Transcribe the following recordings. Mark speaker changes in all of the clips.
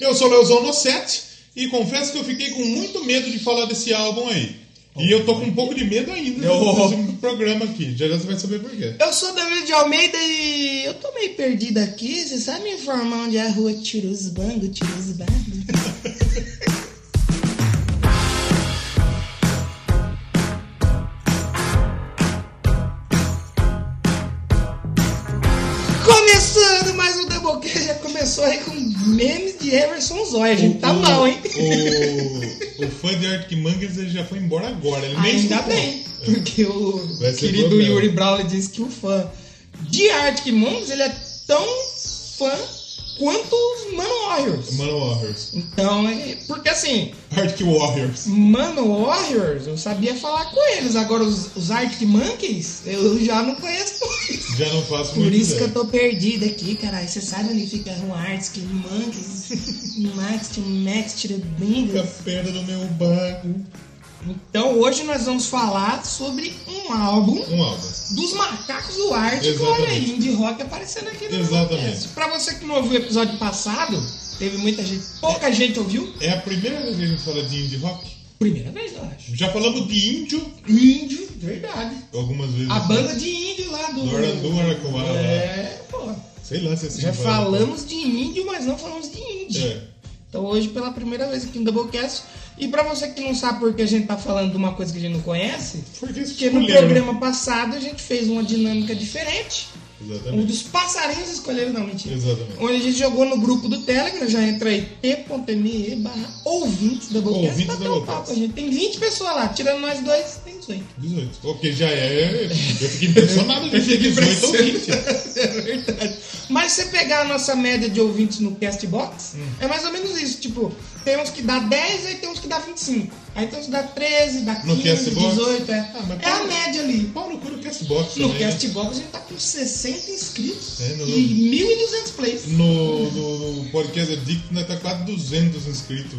Speaker 1: Eu sou Leozão Nocete e confesso que eu fiquei com muito medo de falar desse álbum aí. E eu tô com um pouco de medo ainda
Speaker 2: Eu-
Speaker 1: do do programa aqui. Já já você vai saber por quê.
Speaker 3: Eu sou David de Almeida e eu tô meio perdido aqui. Você sabe me informar onde é a rua Tirus Bango, Tirus Bango? Começando mais um Doublecast, já começou aí com memes de Everson Zóia. A gente tá
Speaker 1: O-
Speaker 3: mal, hein?
Speaker 1: O, o fã de Arctic Monkeys ele já foi embora agora. Ele nem
Speaker 3: Ainda
Speaker 1: escutou.
Speaker 3: bem, porque o
Speaker 1: Vai ser
Speaker 3: querido
Speaker 1: problema.
Speaker 3: Yuri Brawley disse que o fã de Arctic Monkeys ele é tão fã quanto os Mano Warriors.
Speaker 1: Mano Warriors.
Speaker 3: Então, é- porque assim,
Speaker 1: Arctic Warriors.
Speaker 3: Mano Warriors eu sabia falar com eles, agora os, os Arctic Monkeys eu já não conheço.
Speaker 1: Já não faço
Speaker 3: Por
Speaker 1: muito
Speaker 3: isso que eu
Speaker 1: ideia.
Speaker 3: tô perdida aqui, caralho. Você sabe onde fica o Arctic Monkeys? Max, Max, Tirebingas.
Speaker 1: Fica perto do meu bairro.
Speaker 3: Então hoje nós vamos falar sobre um álbum
Speaker 1: Um álbum.
Speaker 3: dos macacos do Ártico,
Speaker 1: Exatamente.
Speaker 3: olha aí, indie rock aparecendo aqui no
Speaker 1: Exatamente.
Speaker 3: podcast. Pra você que não ouviu o episódio passado, teve muita gente, pouca gente ouviu,
Speaker 1: É a primeira vez que a gente fala de indie rock.
Speaker 3: primeira vez, eu acho.
Speaker 1: Já falamos de índio
Speaker 3: Índio, verdade.
Speaker 1: algumas vezes. né?
Speaker 3: A banda de índio lá do...
Speaker 1: Do Arandu, Araquara, lá.
Speaker 3: É, pô.
Speaker 1: Sei lá se é assim.
Speaker 3: Já
Speaker 1: que fala.
Speaker 3: falamos de índio, mas não falamos de índio.
Speaker 1: É.
Speaker 3: Então hoje pela primeira vez aqui no Doublecast. E pra você que não sabe por que a gente tá falando de uma coisa que a gente não conhece,
Speaker 1: Porque esse
Speaker 3: porque
Speaker 1: escolheram.
Speaker 3: no um programa passado a gente fez uma dinâmica diferente. Um
Speaker 1: Exatamente.
Speaker 3: dos passarinhos escolheram, não, mentira.
Speaker 1: Exatamente.
Speaker 3: Onde a gente jogou no grupo do Telegram, já entra aí t.me barra ouvintes da Boquete
Speaker 1: Ouvintes
Speaker 3: pra
Speaker 1: da
Speaker 3: ter um
Speaker 1: Doublecast.
Speaker 3: papo. A gente tem 20 pessoas lá, tirando nós dois, tem 18.
Speaker 1: 18. Porque já é. Eu fiquei impressionado de ter 18 ou 20.
Speaker 3: é verdade. Mas se você pegar a nossa média de ouvintes no Castbox,
Speaker 1: Hum.
Speaker 3: é mais ou menos isso. Tipo, tem uns que dá 10, aí tem uns que dá 25. Aí tem uns que dá 13, dá 15,
Speaker 1: No Castbox?
Speaker 3: 18. É,
Speaker 1: Ah, mas
Speaker 3: é a
Speaker 1: pô,
Speaker 3: média ali.
Speaker 1: Pau no cu do Castbox.
Speaker 3: No
Speaker 1: também, né?
Speaker 3: Castbox a gente tá com 60 inscritos
Speaker 1: É, no-
Speaker 3: e 1.200 plays.
Speaker 1: No, no, no podcast Addict, nós tá quase 200 inscritos.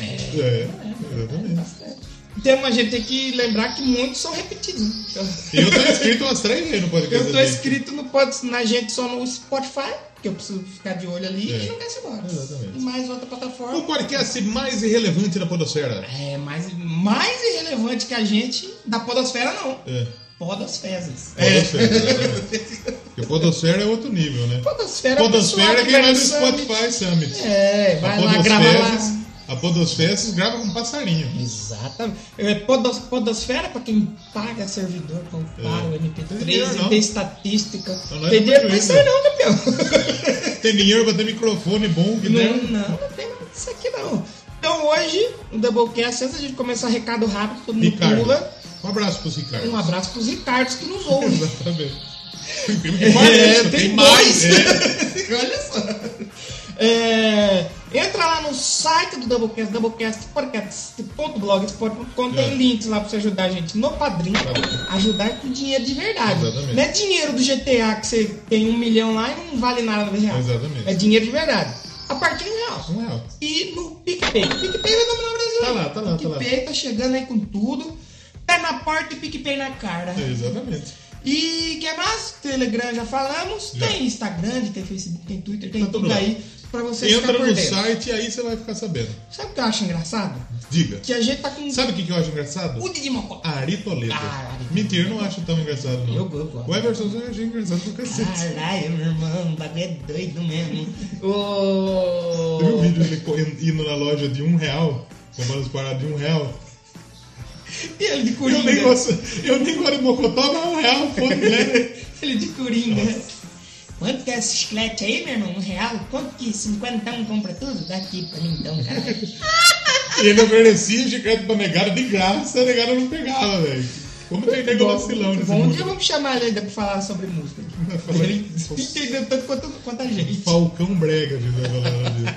Speaker 1: É, exatamente.
Speaker 3: Então a gente Tá tem que lembrar que muitos são repetidos. né? Então,
Speaker 1: E eu tô inscrito umas três vezes no podcast
Speaker 3: eu tô
Speaker 1: Addict.
Speaker 3: inscrito no pod, na gente só no Spotify, que eu preciso ficar de olho ali,
Speaker 1: É.
Speaker 3: e no Castbox.
Speaker 1: Exatamente.
Speaker 3: E mais outra
Speaker 1: O
Speaker 3: plataforma.
Speaker 1: podcast mais irrelevante da Podosfera.
Speaker 3: É mais, mais irrelevante que a gente da Podosfera, não.
Speaker 1: É.
Speaker 3: Podosfezas.
Speaker 1: Podosfera, exatamente. Porque Podosfera é outro nível, né?
Speaker 3: Podosfera,
Speaker 1: Podosfera é
Speaker 3: pessoal que
Speaker 1: quem vai
Speaker 3: vai
Speaker 1: no
Speaker 3: Summit.
Speaker 1: Spotify Summit.
Speaker 3: É, vai lá, grava lá.
Speaker 1: A Podosfera grava com passarinho.
Speaker 3: Exatamente. É, podos- podosfera para quem paga servidor, para o MP3,
Speaker 1: Melhor É. não.
Speaker 3: e tem estatística.
Speaker 1: Não, não é
Speaker 3: tem dinheiro pra
Speaker 1: tudo isso.
Speaker 3: isso aí não, campeão.
Speaker 1: Tem dinheiro pra ter microfone bom, que
Speaker 3: não,
Speaker 1: né?
Speaker 3: não, não tem nada disso aqui não. Então hoje, no Doublecast, antes da gente começar recado rápido, todo mundo
Speaker 1: Ricardo.
Speaker 3: pula.
Speaker 1: Um abraço pros
Speaker 3: Um
Speaker 1: Ricardo.
Speaker 3: abraço pros Ricardos que nos ouvem.
Speaker 1: Exatamente. Tem mais,
Speaker 3: É,
Speaker 1: né?
Speaker 3: tem
Speaker 1: mais.
Speaker 3: dois.
Speaker 1: é.
Speaker 3: Olha só. É, entra lá no site do Doublecast, doublecast.blogspot.com, tem
Speaker 1: É.
Speaker 3: links lá pra você ajudar a gente no padrinho,
Speaker 1: Tá bom.
Speaker 3: ajudar com dinheiro de verdade.
Speaker 1: Exatamente.
Speaker 3: Não é dinheiro do GTA que você tem um milhão lá e não vale nada de real.
Speaker 1: Exatamente.
Speaker 3: É dinheiro de verdade. A partir de um real.
Speaker 1: Um real.
Speaker 3: E no PicPay. PicPay vai dominar o Brasil.
Speaker 1: Tá lá, tá lá, tá lá.
Speaker 3: PicPay tá chegando aí com tudo. Pé na porta e PicPay na cara.
Speaker 1: É, Exatamente.
Speaker 3: E que mais? Telegram já falamos.
Speaker 1: Já.
Speaker 3: Tem Instagram, tem Facebook, tem Twitter, tem
Speaker 1: Tá tudo
Speaker 3: tudo
Speaker 1: lá.
Speaker 3: aí pra você
Speaker 1: Entra
Speaker 3: ficar por
Speaker 1: no
Speaker 3: dentro.
Speaker 1: site e aí você vai ficar sabendo.
Speaker 3: Sabe o que eu acho engraçado?
Speaker 1: Diga.
Speaker 3: Que a gente tá com
Speaker 1: Sabe o que que eu acho engraçado?
Speaker 3: o de Mocó.
Speaker 1: Ari Toledo.
Speaker 3: Ah, Ari.
Speaker 1: Mentira, eu não acho tão engraçado, não.
Speaker 3: Eu Ah, gosto.
Speaker 1: O Everson eu achei engraçado pra cacete.
Speaker 3: Caralho, meu irmão, o bagulho é doido mesmo.
Speaker 1: Eu vi o
Speaker 3: Ô.
Speaker 1: vídeo dele correndo- indo na loja de um real, comprando as paradas de um real.
Speaker 3: E ele de
Speaker 1: Eu nem
Speaker 3: Coringa.
Speaker 1: gosto, eu nem gosto de mocotó, mas um real, foda-se, né?
Speaker 3: Ele de Coringa. Quanto que é esse chiclete aí, meu irmão? Um real? Quanto que cinquentão compra tudo? Dá aqui pra mim então, caralho.
Speaker 1: E ele oferecia o chiclete pra negada de graça, a negada não pegava, velho. Como tem nego vacilão né? nesse
Speaker 3: Bom, um dia
Speaker 1: mundo?
Speaker 3: vamos chamar ele ainda pra falar sobre música.
Speaker 1: Falei-
Speaker 3: Ele entendeu tanto quanto, quanto a gente.
Speaker 1: Falcão Brega, gente, vai falar dele.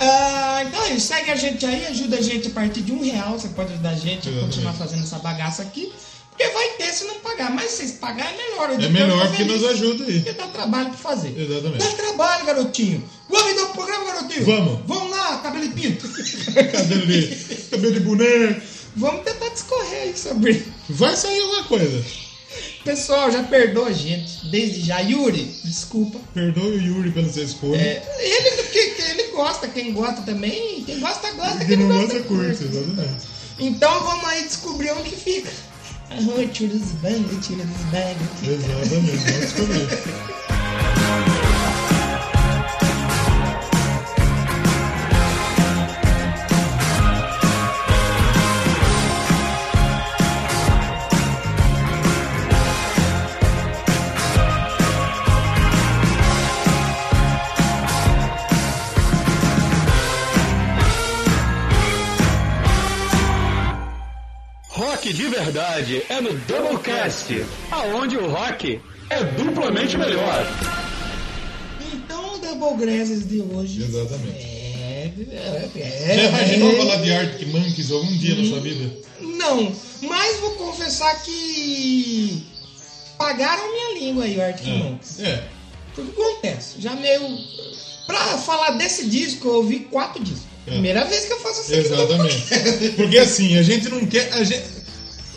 Speaker 3: Ah, então é isso, segue a gente aí, ajuda a gente a partir de um real. Você pode ajudar a gente a
Speaker 1: Exatamente.
Speaker 3: continuar fazendo essa bagaça aqui. Porque vai ter se não pagar. Mas se vocês pagar é melhor.
Speaker 1: É melhor que
Speaker 3: porque
Speaker 1: nos ajuda aí.
Speaker 3: Porque dá trabalho pra fazer.
Speaker 1: Exatamente.
Speaker 3: Dá trabalho, garotinho. Vamos então pro programa, garotinho.
Speaker 1: Vamos.
Speaker 3: Vamos lá, cabelo e pinto.
Speaker 1: Cabelo de, cabelo de boneco.
Speaker 3: Vamos tentar discorrer aí sobre.
Speaker 1: Vai sair alguma coisa.
Speaker 3: Pessoal, já perdoa a gente. Desde já. Yuri, desculpa.
Speaker 1: Perdoe o Yuri pelo seu escolha.
Speaker 3: É, ele, que- que ele gosta, quem gosta também. Quem gosta, gosta.
Speaker 1: Quem não gosta, curte,
Speaker 3: curte.
Speaker 1: exatamente.
Speaker 3: Então vamos aí descobrir onde fica. Arroz, tira os bangos, tira os bangos.
Speaker 1: Exatamente, vamos descobrir.
Speaker 2: Rock de verdade é no Doublecast, aonde o rock é duplamente melhor.
Speaker 3: Então o Double Grasses de hoje.
Speaker 1: Exatamente.
Speaker 3: É, é,
Speaker 1: Já imaginou
Speaker 3: é.
Speaker 1: falar de Arctic Monkeys algum dia na sua vida?
Speaker 3: Não, mas vou confessar que pagaram minha língua aí, o Arctic Monkeys.
Speaker 1: É. é.
Speaker 3: Porque acontece, já meio... Pra falar desse disco, eu ouvi quatro discos.
Speaker 1: É.
Speaker 3: Primeira vez que eu faço assim.
Speaker 1: Exatamente. Porque assim, a gente não quer. A gente...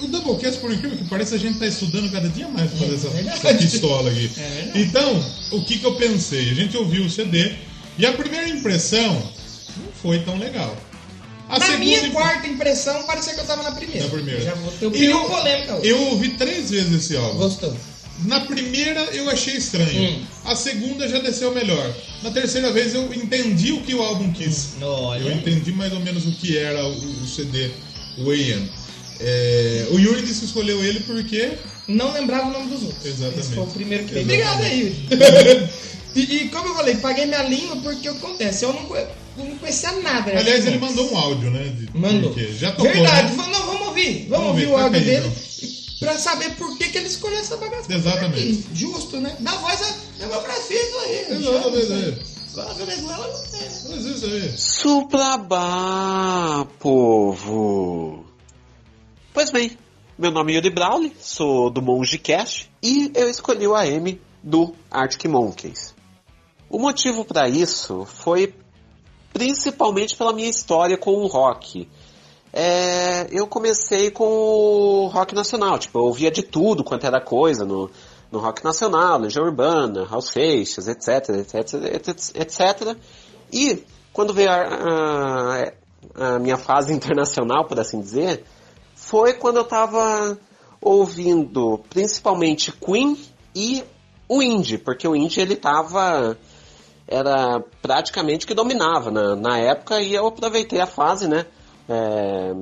Speaker 1: O Doublecast, por incrível que pareça, a gente tá estudando cada dia mais pra fazer essa,
Speaker 3: É verdade.
Speaker 1: essa pistola aqui.
Speaker 3: É verdade.
Speaker 1: então, o que, que eu pensei? A gente ouviu o CD e a primeira impressão não foi tão legal. A
Speaker 3: Na minha
Speaker 1: imp-
Speaker 3: quarta impressão, parecia que eu tava na primeira.
Speaker 1: Na primeira.
Speaker 3: Já vou ter opinião polêmica hoje.
Speaker 1: eu ouvi três vezes esse álbum.
Speaker 3: Gostou?
Speaker 1: Na primeira eu achei estranho.
Speaker 3: Hum.
Speaker 1: A segunda já desceu melhor. Na terceira vez eu entendi o que o álbum quis.
Speaker 3: Olha.
Speaker 1: Eu entendi mais ou menos o que era o, o CD Wayan. É, o Yuri disse que escolheu ele porque.
Speaker 3: Não lembrava o nome dos outros.
Speaker 1: Exatamente.
Speaker 3: Esse foi o primeiro que veio.
Speaker 1: Exatamente.
Speaker 3: Obrigado aí, Yuri. e, e como eu falei, paguei minha língua porque o que acontece? Eu não, conhe- eu não conhecia nada. né?
Speaker 1: Aliás, ele mandou um áudio, né? de-
Speaker 3: Mandou.
Speaker 1: porque já tocou.
Speaker 3: Verdade,
Speaker 1: né?
Speaker 3: vamos- não, vamos ouvir. Vamos,
Speaker 1: Vamos
Speaker 3: ouvir
Speaker 1: ver,
Speaker 3: o
Speaker 1: toca
Speaker 3: áudio
Speaker 1: aí,
Speaker 3: dele
Speaker 1: então.
Speaker 3: pra saber por que, que ele escolheu essa bagaça.
Speaker 1: Exatamente.
Speaker 3: E Justo, né? Dá voz a democracia isso aí.
Speaker 1: Exatamente, é.
Speaker 3: Agora a Venezuela não tem.
Speaker 1: Mas isso aí.
Speaker 4: Suplabá, povo! Pois bem, meu nome é Yuri Brawley, sou do Monge Cash e eu escolhi o AM do Arctic Monkeys. O motivo para isso foi principalmente pela minha história com o rock. É, eu comecei com o rock nacional, tipo, eu ouvia de tudo quanto era coisa no, no rock nacional, Legião Urbana, House Feixes, etc, etc, etc, etc. E quando veio a, a- a minha fase internacional, por assim dizer, foi quando eu tava ouvindo principalmente Queen e o Indie, porque o Indie ele tava era praticamente que dominava na, na época e eu aproveitei a fase, né? É,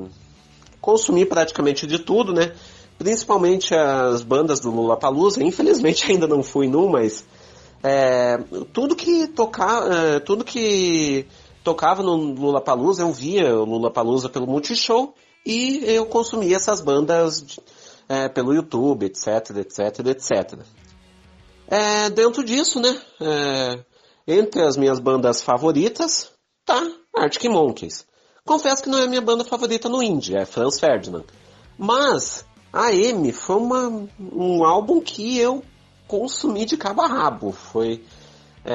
Speaker 4: consumi praticamente de tudo, né? Principalmente as bandas do Lollapalooza. Infelizmente ainda não fui num, mas é, tudo que tocava, tudo que tocava no Lollapalooza, eu via o Lollapalooza pelo Multishow e eu consumia essas bandas de- é, pelo YouTube, etc, etc, etc. É, dentro disso, né? é, entre as minhas bandas favoritas, tá Arctic Monkeys. Confesso que não é a minha banda favorita no indie, é Franz Ferdinand. Mas a M foi uma, um álbum que eu consumi de cabo a rabo. Foi.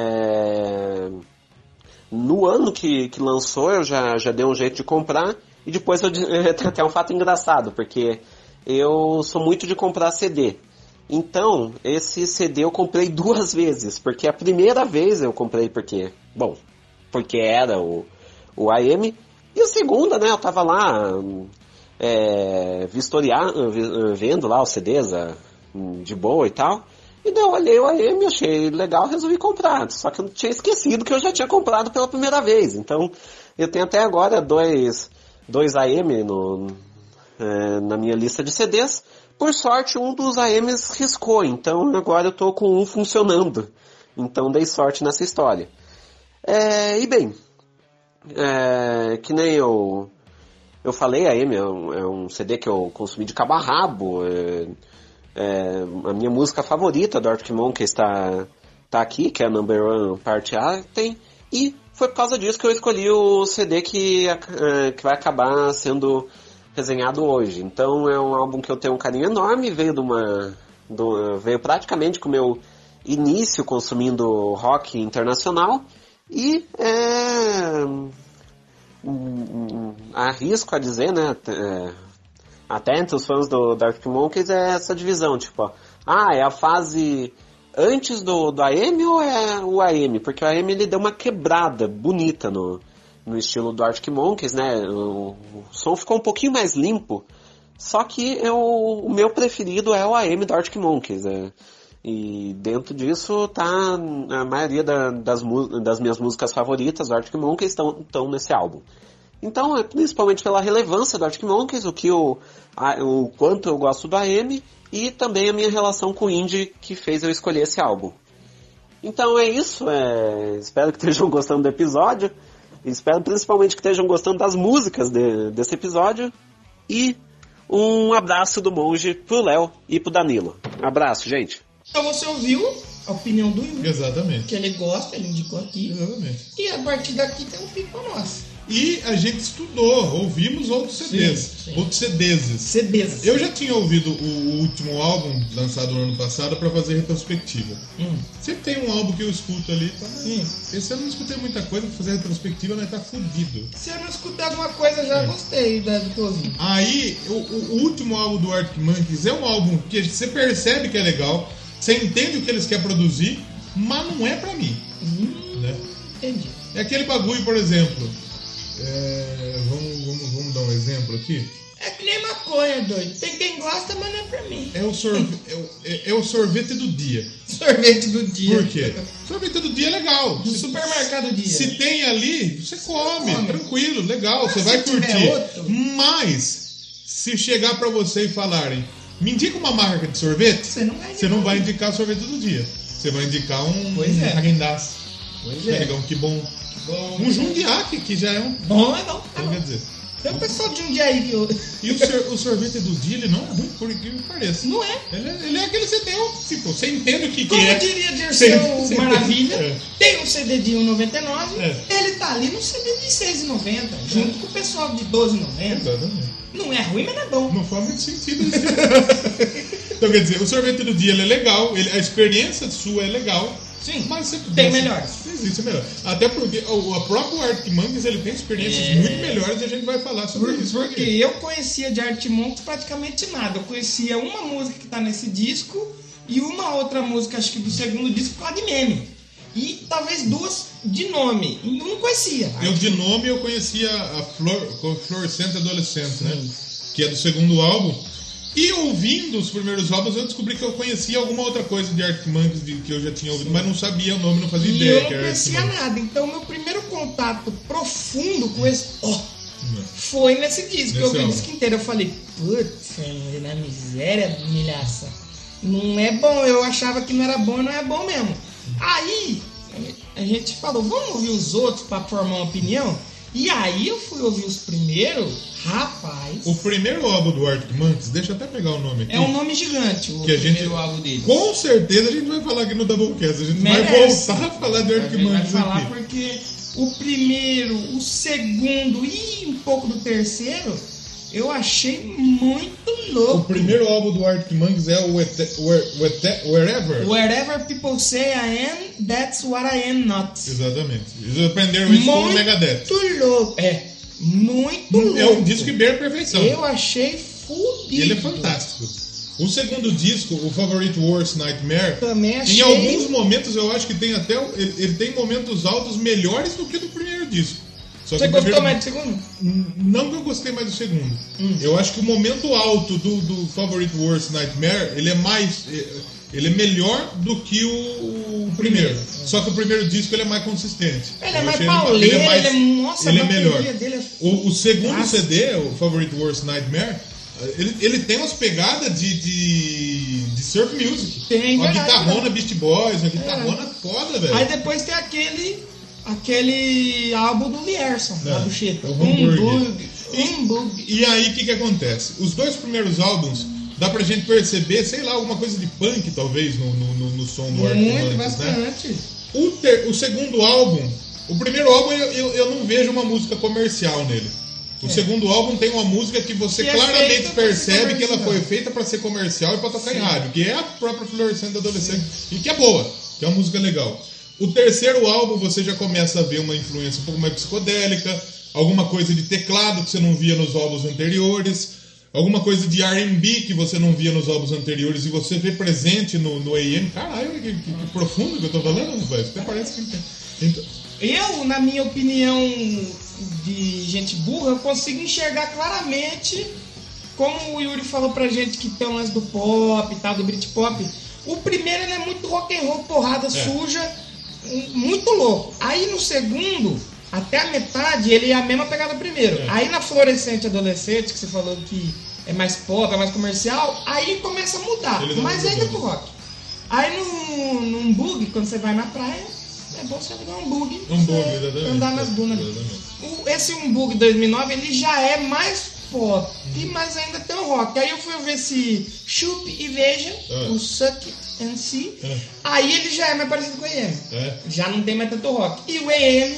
Speaker 4: é, no ano que, que lançou, eu já, já dei um jeito de comprar. E depois eu, de- tem até um fato engraçado, porque eu sou muito de comprar CD. Então, esse CD eu comprei duas vezes, porque a primeira vez eu comprei porque, bom, porque era o, o AM, e a segunda, né, eu tava lá hum, é, vistoriar, vi- vendo lá os CDs ah, hum, de boa e tal, e daí eu olhei o AM, achei legal, resolvi comprar, só que eu tinha esquecido que eu já tinha comprado pela primeira vez, então eu tenho até agora dois, dois AM no, é, na minha lista de CDs. Por sorte, um dos AMs riscou, então agora eu tô com um funcionando. Então dei sorte nessa história. É, e bem, é, que nem eu, eu falei, a M é um, é um CD que eu consumi de cabo a rabo. é, é, a minha música favorita do Arctic Monkeys está tá aqui, que é a Number One Parte A, tem. E foi por causa disso que eu escolhi o CD que, ac- é, que vai acabar sendo resenhado hoje. Então é um álbum que eu tenho um carinho enorme, veio de uma. do- veio praticamente com o meu início consumindo rock internacional. E é, hum, hum, arrisco a dizer, né? t- é, até entre os fãs do Dark Monkeys é essa divisão, tipo, ó, ah, é a fase antes do, do AM ou é o AM? Porque o AM ele deu uma quebrada bonita no, no estilo do Arctic Monkeys, né? O, o som ficou um pouquinho mais limpo. Só que eu, o meu preferido é o AM do Arctic Monkeys. né? E dentro disso tá a maioria da- das, mu- das minhas músicas favoritas do Arctic Monkeys estão estão nesse álbum. Então, é principalmente pela relevância do Arctic Monkeys, o que eu, a- o quanto eu gosto do AM e também a minha relação com o indie que fez eu escolher esse álbum. Então é isso, é, espero que estejam gostando do episódio, espero principalmente que estejam gostando das músicas de- desse episódio e um abraço do monge pro Léo e pro Danilo. Abraço, gente.
Speaker 3: Então você ouviu a opinião do Yuri, que
Speaker 1: Exatamente.
Speaker 3: ele gosta, ele indicou aqui.
Speaker 1: Exatamente.
Speaker 3: E a partir daqui tem um pico pra nós.
Speaker 1: E a gente estudou, ouvimos outros CDs.
Speaker 3: sim.
Speaker 1: Outros CDs.
Speaker 3: CDs.
Speaker 1: Eu já tinha ouvido o último álbum lançado no ano passado para fazer retrospectiva.
Speaker 3: Hum.
Speaker 1: Sempre tem um álbum que eu escuto ali. Tá?
Speaker 3: Hum.
Speaker 1: Esse ano eu não escutei muita coisa, pra fazer retrospectiva, nós tá fudido.
Speaker 3: Se eu não escutei alguma coisa, eu já
Speaker 1: É.
Speaker 3: gostei da- do que eu ouvi.
Speaker 1: Aí, o, o- o último álbum do Arctic Monkeys é um álbum que você percebe que é legal, você entende o que eles querem produzir, mas não é pra mim.
Speaker 3: Hum,
Speaker 1: Né?
Speaker 3: entendi.
Speaker 1: É aquele bagulho, por exemplo. é, vamos, vamos- vamos dar um exemplo aqui.
Speaker 3: É que nem maconha, doido. Tem quem gosta, mas não é pra mim.
Speaker 1: É o, sorve- é o- é- é o sorvete do dia.
Speaker 3: Sorvete do dia.
Speaker 1: Por quê? Sorvete do dia é legal.
Speaker 3: Do supermercado do dia.
Speaker 1: Se tem ali, você come,
Speaker 3: Come.
Speaker 1: tranquilo, legal, você
Speaker 3: se
Speaker 1: vai
Speaker 3: tiver
Speaker 1: curtir.
Speaker 3: outro?
Speaker 1: Mas, se chegar pra você e falarem, me indica uma marca de sorvete,
Speaker 3: Você não vai
Speaker 1: você não vai indicar sorvete do dia. Você vai indicar um
Speaker 3: Pois é.
Speaker 1: agendaço.
Speaker 3: Pois
Speaker 1: Vai
Speaker 3: é.
Speaker 1: pegar um que bom.
Speaker 3: Bom, né?
Speaker 1: Um jundiaque, que já é um.
Speaker 3: bom é bom. Tá
Speaker 1: Então, quer
Speaker 3: bom.
Speaker 1: dizer.
Speaker 3: Tem um pessoal de um dia aí que eu...
Speaker 1: E o, sor- o sorvete do dia, ele não é ruim, por incrível que pareça.
Speaker 3: Não é.
Speaker 1: Ele, é- ele é aquele CD, tipo, você entende o que, que
Speaker 3: Como
Speaker 1: é.
Speaker 3: diria
Speaker 1: Sim,
Speaker 3: Dirceu
Speaker 1: sim.
Speaker 3: Maravilha,
Speaker 1: É.
Speaker 3: tem um CD de 1,99,
Speaker 1: É.
Speaker 3: ele tá ali no CD de 6,90, junto com o pessoal de 12,90.
Speaker 1: É, Exatamente.
Speaker 3: Não é ruim, mas não é bom.
Speaker 1: Não faz muito sentido isso. então, quer dizer, o sorvete do dia ele é legal, ele- a experiência sua é legal.
Speaker 3: Sim,
Speaker 1: Mas você,
Speaker 3: tem
Speaker 1: você-
Speaker 3: melhores.
Speaker 1: Existe melhor. Até porque o, o próprio Arctic Monkeys ele tem experiências
Speaker 3: É.
Speaker 1: muito melhores e a gente vai falar sobre isso.
Speaker 3: Porque
Speaker 1: aqui.
Speaker 3: eu conhecia de Art Monkeys praticamente nada. Eu conhecia uma música que tá nesse disco e uma outra música, acho que do segundo disco, por causa de meme. E talvez duas de nome. E Eu não conhecia.
Speaker 1: Eu, de nome, eu conhecia a Flor, Florescente Adolescente, né? Que é do segundo álbum. E ouvindo os primeiros álbuns, eu descobri que eu conhecia alguma outra coisa de Arctic Monkeys de- que eu já tinha ouvido, mas não sabia o nome, não fazia
Speaker 3: E
Speaker 1: ideia
Speaker 3: eu não
Speaker 1: que é era Arctic
Speaker 3: conhecia
Speaker 1: Monkeys.
Speaker 3: nada. Então, meu primeiro contato profundo com esse. ó,
Speaker 1: Não.
Speaker 3: foi nesse disco.
Speaker 1: Nesse
Speaker 3: eu vi o
Speaker 1: álbum.
Speaker 3: disco inteiro. Eu falei, putz, na miséria, humilhação. Não é bom. Eu achava que não era bom e não é bom mesmo. Aí, a gente falou, vamos ouvir os outros pra formar uma opinião? E aí eu fui ouvir os primeiros. Rapaz,
Speaker 1: O primeiro álbum do Arctic Monkeys, deixa eu até pegar o nome aqui.
Speaker 3: é um nome gigante o
Speaker 1: Que a gente-
Speaker 3: primeiro álbum dele.
Speaker 1: Com certeza a gente vai falar aqui no Doublecast. A gente vai
Speaker 3: Merece.
Speaker 1: voltar a falar de
Speaker 3: A gente vai
Speaker 1: Arquimandes
Speaker 3: falar
Speaker 1: aqui.
Speaker 3: porque o primeiro, o segundo e um pouco do terceiro eu achei muito
Speaker 1: O
Speaker 3: louco.
Speaker 1: primeiro álbum do Arquimandes é o, Ete, o, E- o Ete- Wherever.
Speaker 3: Wherever people say I am, that's what I am not.
Speaker 1: Exatamente. Eles aprenderam isso é com o um Megadeth.
Speaker 3: Muito louco. É, muito louco.
Speaker 1: É um disco que beira a perfeição.
Speaker 3: Eu achei
Speaker 1: E
Speaker 3: fudido.
Speaker 1: ele é fantástico. O segundo disco, o Favorite Worst Nightmare,
Speaker 3: Também achei.
Speaker 1: em alguns momentos eu acho que tem até. o- Ele, ele tem momentos altos melhores do que do primeiro disco. Só
Speaker 3: Você
Speaker 1: que o
Speaker 3: gostou
Speaker 1: primeiro-
Speaker 3: mais do segundo?
Speaker 1: Não que eu gostei mais do segundo.
Speaker 3: Hum.
Speaker 1: Eu acho que o momento alto do, do Favorite Worst Nightmare, ele é mais. eh, Ele é melhor do que o, o primeiro. Só que o primeiro disco ele é mais consistente.
Speaker 3: Ele é
Speaker 1: Eu
Speaker 3: mais
Speaker 1: achei ele ma-
Speaker 3: pauleiro,
Speaker 1: ele é mais.
Speaker 3: ele é- nossa, a
Speaker 1: ele é
Speaker 3: bateria
Speaker 1: melhor.
Speaker 3: dele é
Speaker 1: o, o segundo
Speaker 3: fantástica.
Speaker 1: CD, o Favorite Worst Nightmare, eh, ele, ele tem umas pegadas de, de, de surf music.
Speaker 3: Tem,
Speaker 1: Uma
Speaker 3: verdade, né? É.
Speaker 1: guitarrona Beast Boys, uma guitarrona foda, velho.
Speaker 3: Aí depois tem aquele. Aquele álbum do Lierson, da
Speaker 1: É,
Speaker 3: Bucheta.
Speaker 1: o Hamburg.
Speaker 3: Humbug.
Speaker 1: E aí, o que, que acontece? Os dois primeiros álbuns, dá pra gente perceber, sei lá, alguma coisa de punk, talvez, no, no, no, no som do Arctic
Speaker 3: Muito,
Speaker 1: Monkeys, né?
Speaker 3: bastante.
Speaker 1: O, ter- o segundo álbum, o primeiro álbum eu, eu, eu não vejo uma música comercial nele. O segundo álbum tem uma música que você
Speaker 3: É. Que é
Speaker 1: claramente
Speaker 3: feita pra ser
Speaker 1: percebe que ela foi
Speaker 3: comercial.
Speaker 1: feita pra ser comercial e pra tocar em rádio, que é a própria Florescendo Adolescente, e que é boa, que é uma música legal. O terceiro álbum você já começa a ver uma influência um pouco mais psicodélica, alguma coisa de teclado que você não via nos álbuns anteriores. alguma coisa de R&B que você não via nos álbuns anteriores e você vê presente no, no AM. Caralho, que, que- que profundo que eu tô falando, rapaz. Até parece que tem. Então,
Speaker 3: Eu, na minha opinião de gente burra, eu consigo enxergar claramente, como o Yuri falou pra gente que tem um lance do pop e tal, do Britpop. O primeiro ele é muito rock and roll,
Speaker 1: É.
Speaker 3: porrada suja, um- muito louco. Aí no segundo, até a metade, ele é a mesma pegada do primeiro.
Speaker 1: É.
Speaker 3: Aí na Florescente Adolescente, que você falou que é mais pop, é mais comercial, aí começa a mudar.
Speaker 1: Ele dá uma
Speaker 3: Mas ainda é
Speaker 1: mudada.
Speaker 3: pro rock. Aí num, num bug, quando você vai na praia, é bom você ligar um bug.
Speaker 1: é um bug,
Speaker 3: você
Speaker 1: exatamente.
Speaker 3: Andar nas dunas. ali.
Speaker 1: Exatamente.
Speaker 3: O- Esse um bug 2009, ele já é mais pop, mas ainda tem o rock. Aí eu fui ver esse Chup e Veja,
Speaker 1: Ah.
Speaker 3: o Suck and See.
Speaker 1: Ah.
Speaker 3: Aí ele já é mais parecido com o AM.
Speaker 1: É.
Speaker 3: Já não tem mais tanto rock. E o AM,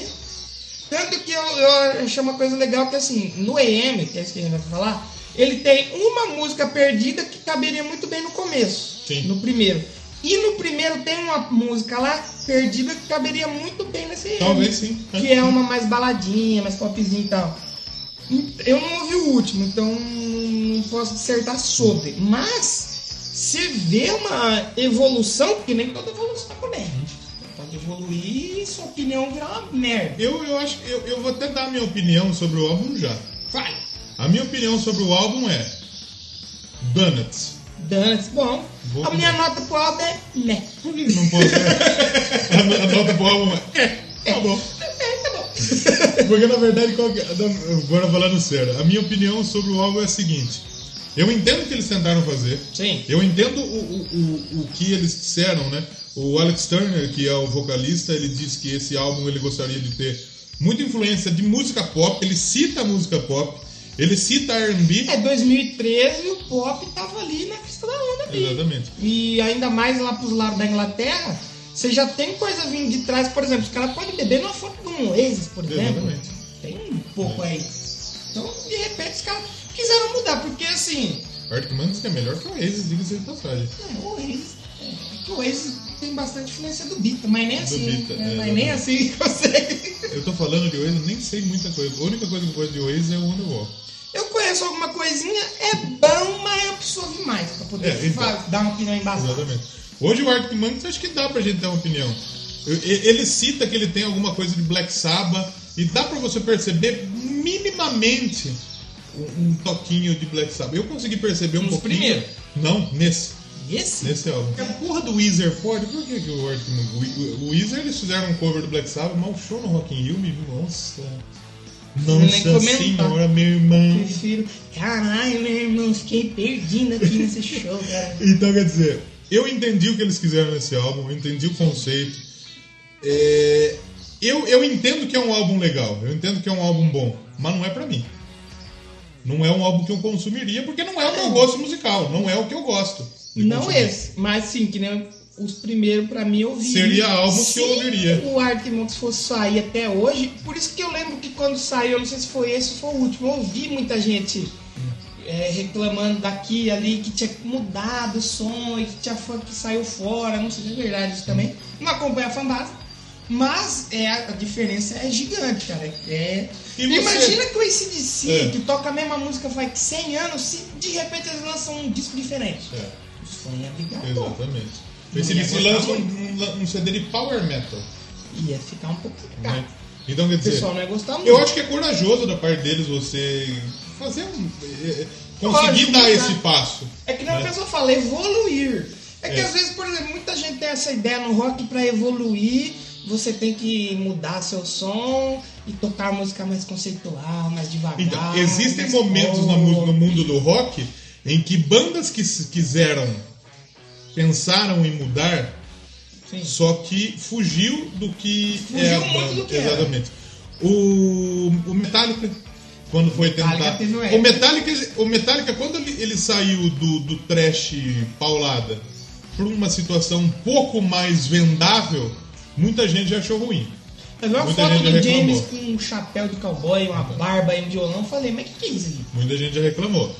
Speaker 3: tanto que eu, eu achei uma coisa legal que assim, no AM, que é isso que a gente vai falar, ele tem uma música perdida que caberia muito bem no começo.
Speaker 1: Sim.
Speaker 3: No primeiro. E no primeiro tem uma música lá perdida que caberia muito bem nesse AM.
Speaker 1: Talvez sim.
Speaker 3: Que é uma mais baladinha, mais popzinha e tal. Eu não ouvi o último, então não posso dissertar sobre. Mas você vê uma evolução, que nem toda evolução também. Pode evoluir e sua opinião virar uma merda.
Speaker 1: Eu, eu acho eu, eu vou até dar a minha opinião sobre o álbum já.
Speaker 3: Vai!
Speaker 1: A minha opinião sobre o álbum é. Donuts.
Speaker 3: Dance, bom.
Speaker 1: Vou
Speaker 3: a minha nota pro álbum é meh.
Speaker 1: Por que que não pode ser? a, no- a nota pro álbum é. é, Tá bom.
Speaker 3: É, tá bom.
Speaker 1: Porque na verdade, qual que, não, agora falando sério, a minha opinião sobre o álbum é a seguinte. Eu entendo o que eles tentaram fazer.
Speaker 3: Sim.
Speaker 1: Eu entendo o, o, o, o que eles disseram, né? O Alex Turner, que é o vocalista, ele disse que esse álbum ele gostaria de ter muita influência de música pop. Ele cita a música pop, ele cita R&B.
Speaker 3: É 2013 o pop tava ali na crista da onda ali.
Speaker 1: Exatamente.
Speaker 3: E ainda mais lá pros lados da Inglaterra, você já tem coisa vindo de trás, por exemplo, os caras podem beber numa fonte de um Oasis, por exemplo.
Speaker 1: Exatamente.
Speaker 3: Tem um pouco aí. Então, de repente, os caras quiseram mudar, porque assim,
Speaker 1: Arctic Monkeys que é melhor que o Oasis, diga-se de passagem.
Speaker 3: é, o Oasis. É, que o Oasis tem bastante influência do Bita, mas nem
Speaker 1: Do
Speaker 3: assim.
Speaker 1: Beatle,
Speaker 3: né?
Speaker 1: é,
Speaker 3: mas nem
Speaker 1: exatamente.
Speaker 3: assim consegue.
Speaker 1: Eu tô falando de Oasis, nem sei muita coisa. A única coisa que eu conheço de Oasis é o Wonderwall.
Speaker 3: Eu conheço alguma coisinha, é bom, mas absorve mais pra poder
Speaker 1: É, então.
Speaker 3: fa- dar uma opinião embasada.
Speaker 1: Exatamente. Hoje o Arctic Monkeys acho que dá pra gente dar uma opinião. E- e- Ele cita que ele tem alguma coisa de Black Sabbath e dá pra você perceber minimamente um, um toquinho de Black Sabbath. Eu consegui perceber um
Speaker 3: Nos
Speaker 1: pouquinho.
Speaker 3: primeiros?
Speaker 1: Não, nesse.
Speaker 3: E esse?
Speaker 1: Nesse álbum. A porra do Weezer pode? Por que, que o Arctic Monkeys... O, o Weezer eles fizeram um cover do Black Sabbath, mas o show no Rock in Rio me... Nossa...
Speaker 3: Nem
Speaker 1: Nossa
Speaker 3: comentar.
Speaker 1: senhora, meu irmão.
Speaker 3: Prefiro. Caralho, meu irmão, fiquei perdido aqui nesse show, cara.
Speaker 1: Então, quer dizer, eu entendi o que eles quiseram nesse álbum, eu entendi o conceito. É, eu, eu entendo que é um álbum legal, eu entendo que é um álbum bom, mas não é pra mim. Não é um álbum que eu consumiria, porque não é o meu gosto musical, não é o que eu gosto. de
Speaker 3: Não é.
Speaker 1: consumir.
Speaker 3: esse, mas sim, que nem os primeiros pra mim eu vi.
Speaker 1: Seria álbuns
Speaker 3: Se
Speaker 1: que eu ouviria.
Speaker 3: O Arctic Monkeys fosse sair até hoje, por isso que eu lembro que quando saiu, eu não sei se foi esse ou foi o último, eu ouvi muita gente é, reclamando daqui e ali que tinha mudado o som e que tinha fã que saiu fora, não sei se é verdade isso também. Não acompanha a fanbase. Mas é, a diferença é gigante, cara. É,
Speaker 1: E você?
Speaker 3: Imagina que o ACDC,
Speaker 1: É.
Speaker 3: que toca a mesma música faz 100 anos, se de repente eles lançam um disco diferente.
Speaker 1: É,
Speaker 3: Os fãs iam brigar um pouco.
Speaker 1: exatamente.
Speaker 3: Não
Speaker 1: Esse
Speaker 3: ia
Speaker 1: DC
Speaker 3: gostar
Speaker 1: lança um, um CD de power metal.
Speaker 3: Ia ficar um pouco complicado.
Speaker 1: Né? Então, quer
Speaker 3: O
Speaker 1: dizer,
Speaker 3: pessoal não ia gostar muito.
Speaker 1: Eu acho que é corajoso da parte deles você fazer um. é, é, Conseguir
Speaker 3: Lógico,
Speaker 1: dar
Speaker 3: né?
Speaker 1: esse passo.
Speaker 3: É que nem a
Speaker 1: né?
Speaker 3: pessoa fala, evoluir. É que
Speaker 1: É.
Speaker 3: às vezes, por exemplo, muita gente tem essa ideia no rock pra evoluir, você tem que mudar seu som e tocar música mais conceitual, mais devagar.
Speaker 1: Então, existem
Speaker 3: mais
Speaker 1: momentos na
Speaker 3: pop.
Speaker 1: mu- no mundo do rock em que bandas que se quiseram, pensaram em mudar,
Speaker 3: Sim.
Speaker 1: só que fugiu do que
Speaker 3: Fugiu
Speaker 1: é a
Speaker 3: muito
Speaker 1: banda.
Speaker 3: do que era.
Speaker 1: Exatamente. O, o Metallica, quando foi
Speaker 3: Metallica
Speaker 1: tentar.
Speaker 3: teve um
Speaker 1: O
Speaker 3: épico.
Speaker 1: Metallica, o Metallica, quando ele, ele saiu do, do trash paulada para uma situação um pouco mais vendável, muita gente já achou ruim.
Speaker 3: Eu vi uma
Speaker 1: Muita
Speaker 3: foto
Speaker 1: gente
Speaker 3: do
Speaker 1: já
Speaker 3: James
Speaker 1: reclamou.
Speaker 3: com um chapéu de cowboy, uma barba e um violão. Eu falei, mas o que, que é isso aí?
Speaker 1: Muita gente já reclamou.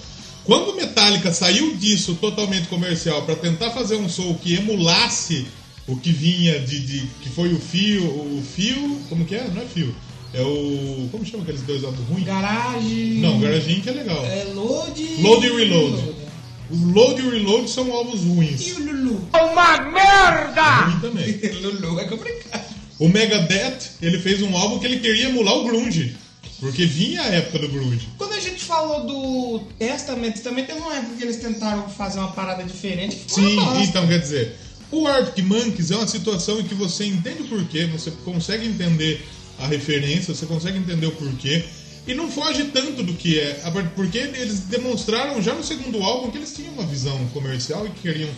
Speaker 1: Quando o Metallica saiu disso totalmente comercial para tentar fazer um som que emulasse o que vinha de, de- que foi o fio, o fio, como que é? Não é fio. É o. Como chama aqueles dois álbuns ruins?
Speaker 3: Garage.
Speaker 1: Não, Garage Inc. é legal.
Speaker 3: É Load.
Speaker 1: Load e Reload. O Load e o Reload são álbuns ruins. É
Speaker 3: E o Lulu?
Speaker 1: Ruim também.
Speaker 3: Lulu é complicado.
Speaker 1: O Megadeth, ele fez um álbum que ele queria emular o Grunge. Porque vinha a época do Grunge.
Speaker 3: Quando a gente falou do Testament, também teve uma época que eles tentaram fazer uma parada diferente. que ficou
Speaker 1: Sim,
Speaker 3: uma é bosta.
Speaker 1: então quer dizer, o Arctic Monkeys é uma situação em que você entende o porquê, você consegue entender a referência, você consegue entender o porquê, e não foge tanto do que é, a par- porque eles demonstraram já no segundo álbum que eles tinham uma visão comercial e que queriam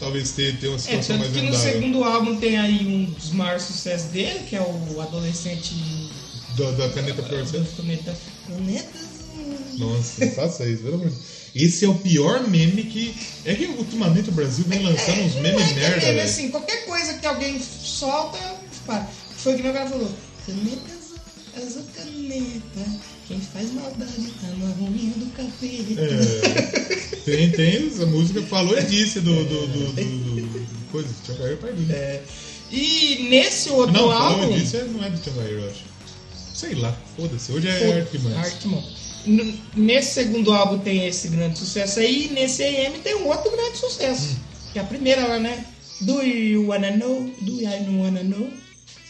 Speaker 1: talvez ter, ter uma
Speaker 3: É,
Speaker 1: situação
Speaker 3: tanto
Speaker 1: mais
Speaker 3: que no
Speaker 1: vendável.
Speaker 3: segundo álbum tem aí um dos maiores sucessos dele, que é o Adolescente
Speaker 1: Da, da caneta pra você.
Speaker 3: do Planeta. Planeta.
Speaker 1: Nossa, faça isso, pelo amor de Deus. Esse é o pior meme que. É que ultimamente o Brasil vem lançando uns
Speaker 3: Não
Speaker 1: memes
Speaker 3: é
Speaker 1: merda.
Speaker 3: meme,
Speaker 1: velho.
Speaker 3: assim, qualquer coisa que alguém solta, para. Foi o que meu cara falou. Caneta azul, azul caneta. Quem faz maldade tá no arruinho do capeta.
Speaker 1: É, tem, tem, essa música falou e disse do. do, do, do, do coisa, do Changair Pardinho.
Speaker 3: E nesse outro
Speaker 1: É. não, falou
Speaker 3: É. álbum.
Speaker 1: e disse é- não é do Changair, eu acho. Sei lá, foda-se, hoje é Arctic
Speaker 3: Pô,
Speaker 1: Monkeys.
Speaker 3: Arctic Monkeys. N- Nesse segundo álbum tem esse grande sucesso aí, e nesse AM tem um outro grande sucesso.
Speaker 1: Hum.
Speaker 3: Que é a primeira lá, né? Do you wanna know? Do I wanna know?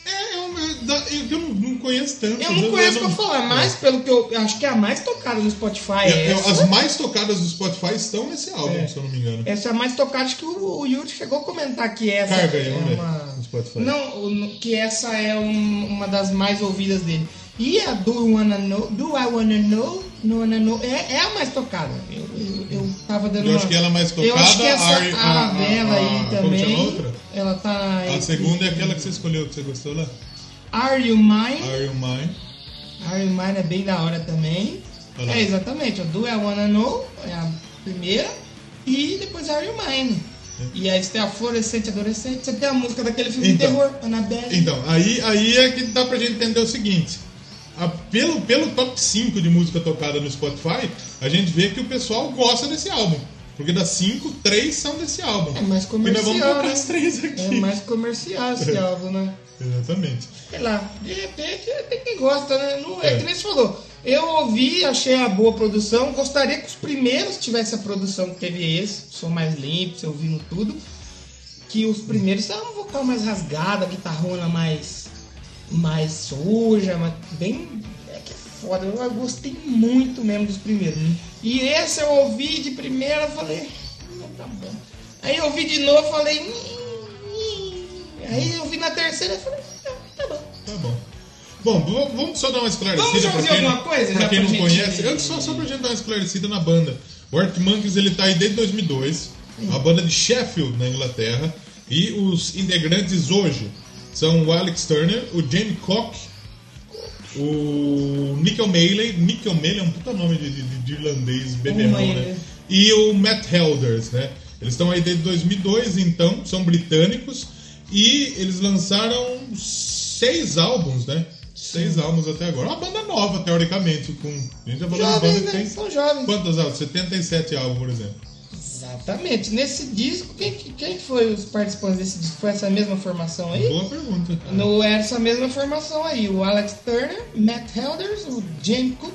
Speaker 1: É, eu, eu, eu não, não conheço tanto.
Speaker 3: Eu não conheço pra falar, mas pelo que eu. Acho que é a mais tocada no Spotify.
Speaker 1: É, é,
Speaker 3: é essa.
Speaker 1: as mais tocadas do Spotify estão nesse álbum, se eu não me engano.
Speaker 3: Essa é a mais tocada, acho que o, o Yuri chegou a comentar que essa
Speaker 1: Carga aí,
Speaker 3: é
Speaker 1: vamos ver.
Speaker 3: uma.
Speaker 1: No Spotify.
Speaker 3: Não, o- no- que essa é um- uma das mais ouvidas dele. E a Do You Wanna Know? Do I Wanna Know? No Wanna Know? É, é a mais tocada. Eu, eu, eu tava dando
Speaker 1: Eu
Speaker 3: uma...
Speaker 1: acho que ela é mais tocada.
Speaker 3: Eu acho que essa
Speaker 1: a- a- a-
Speaker 3: Arabella
Speaker 1: a-
Speaker 3: aí
Speaker 1: ah, como
Speaker 3: também.
Speaker 1: chama a outra?
Speaker 3: Ela tá.
Speaker 1: A
Speaker 3: entre-
Speaker 1: segunda é aquela que você escolheu, que você gostou lá?
Speaker 3: Are You Mine?
Speaker 1: Are You Mine?
Speaker 3: Are You Mine é bem da hora também.
Speaker 1: Ah. Olha lá.
Speaker 3: É, exatamente. ó, Do I Wanna Know é a primeira. E depois Are You Mine.
Speaker 1: É.
Speaker 3: E aí você tem a Florescente Adolescente. Você tem a música daquele filme
Speaker 1: Então.
Speaker 3: de terror, Annabelle.
Speaker 1: Então, aí, aí é que dá pra gente entender o seguinte. A- pelo, pelo top 5 de música tocada no Spotify, a gente vê que o pessoal gosta desse álbum. Porque das 5, 3 são desse álbum.
Speaker 3: É mais comercial,
Speaker 1: E nós vamos tocar
Speaker 3: né?
Speaker 1: as 3 aqui.
Speaker 3: É mais comercial esse álbum, né?
Speaker 1: Exatamente.
Speaker 3: Sei lá, de repente tem quem gosta, né? Não, é.
Speaker 1: É.
Speaker 3: que nem você falou. Eu ouvi, achei a boa produção. Gostaria que os primeiros tivessem a produção que teve esse. Sou mais limpo, se ouvindo tudo. Que os primeiros eram um vocal mais rasgada, guitarrona mais, mais suja, mas bem. É que é foda. Eu, eu gostei muito mesmo dos primeiros. né? E esse eu ouvi de primeira, falei. Não tá bom. Aí eu ouvi de novo, falei. "Hum, hum". Aí eu vi na terceira, falei. "Ah, Tá bom.
Speaker 1: Tá bom. Bom, v- vamos só dar uma
Speaker 3: Vamos
Speaker 1: esclarecida pra
Speaker 3: fazer
Speaker 1: quem,
Speaker 3: alguma coisa?
Speaker 1: pra
Speaker 3: já
Speaker 1: quem não
Speaker 3: gente-
Speaker 1: conhece. Eu só, só pra gente dar uma esclarecida na banda. O Arctic Monkeys ele tá aí desde 2002,
Speaker 3: Hum.
Speaker 1: uma banda de Sheffield na Inglaterra. E os integrantes hoje são o Alex Turner, o Jamie Cock, o Nick O'Malley. Nick O'Malley é um puta nome de, de- de irlandês
Speaker 3: Um
Speaker 1: beberrão,
Speaker 3: O'Malley.
Speaker 1: né? E o Matt Helders, né? Eles estão aí desde 2002, então, são britânicos. E eles lançaram seis álbuns, né? Seis álbuns até agora. Uma banda nova, teoricamente. Com... A gente já falou de uma banda
Speaker 3: Jovens,
Speaker 1: que
Speaker 3: né?
Speaker 1: tem
Speaker 3: São jovens.
Speaker 1: quantos álbuns? 77 álbuns, por exemplo.
Speaker 3: Exatamente. Nesse disco, quem, quem foi os participantes desse disco? Foi essa mesma formação aí?
Speaker 1: Boa pergunta.
Speaker 3: No, era essa mesma formação aí. O Alex Turner, Matt Helders, o Jane Cook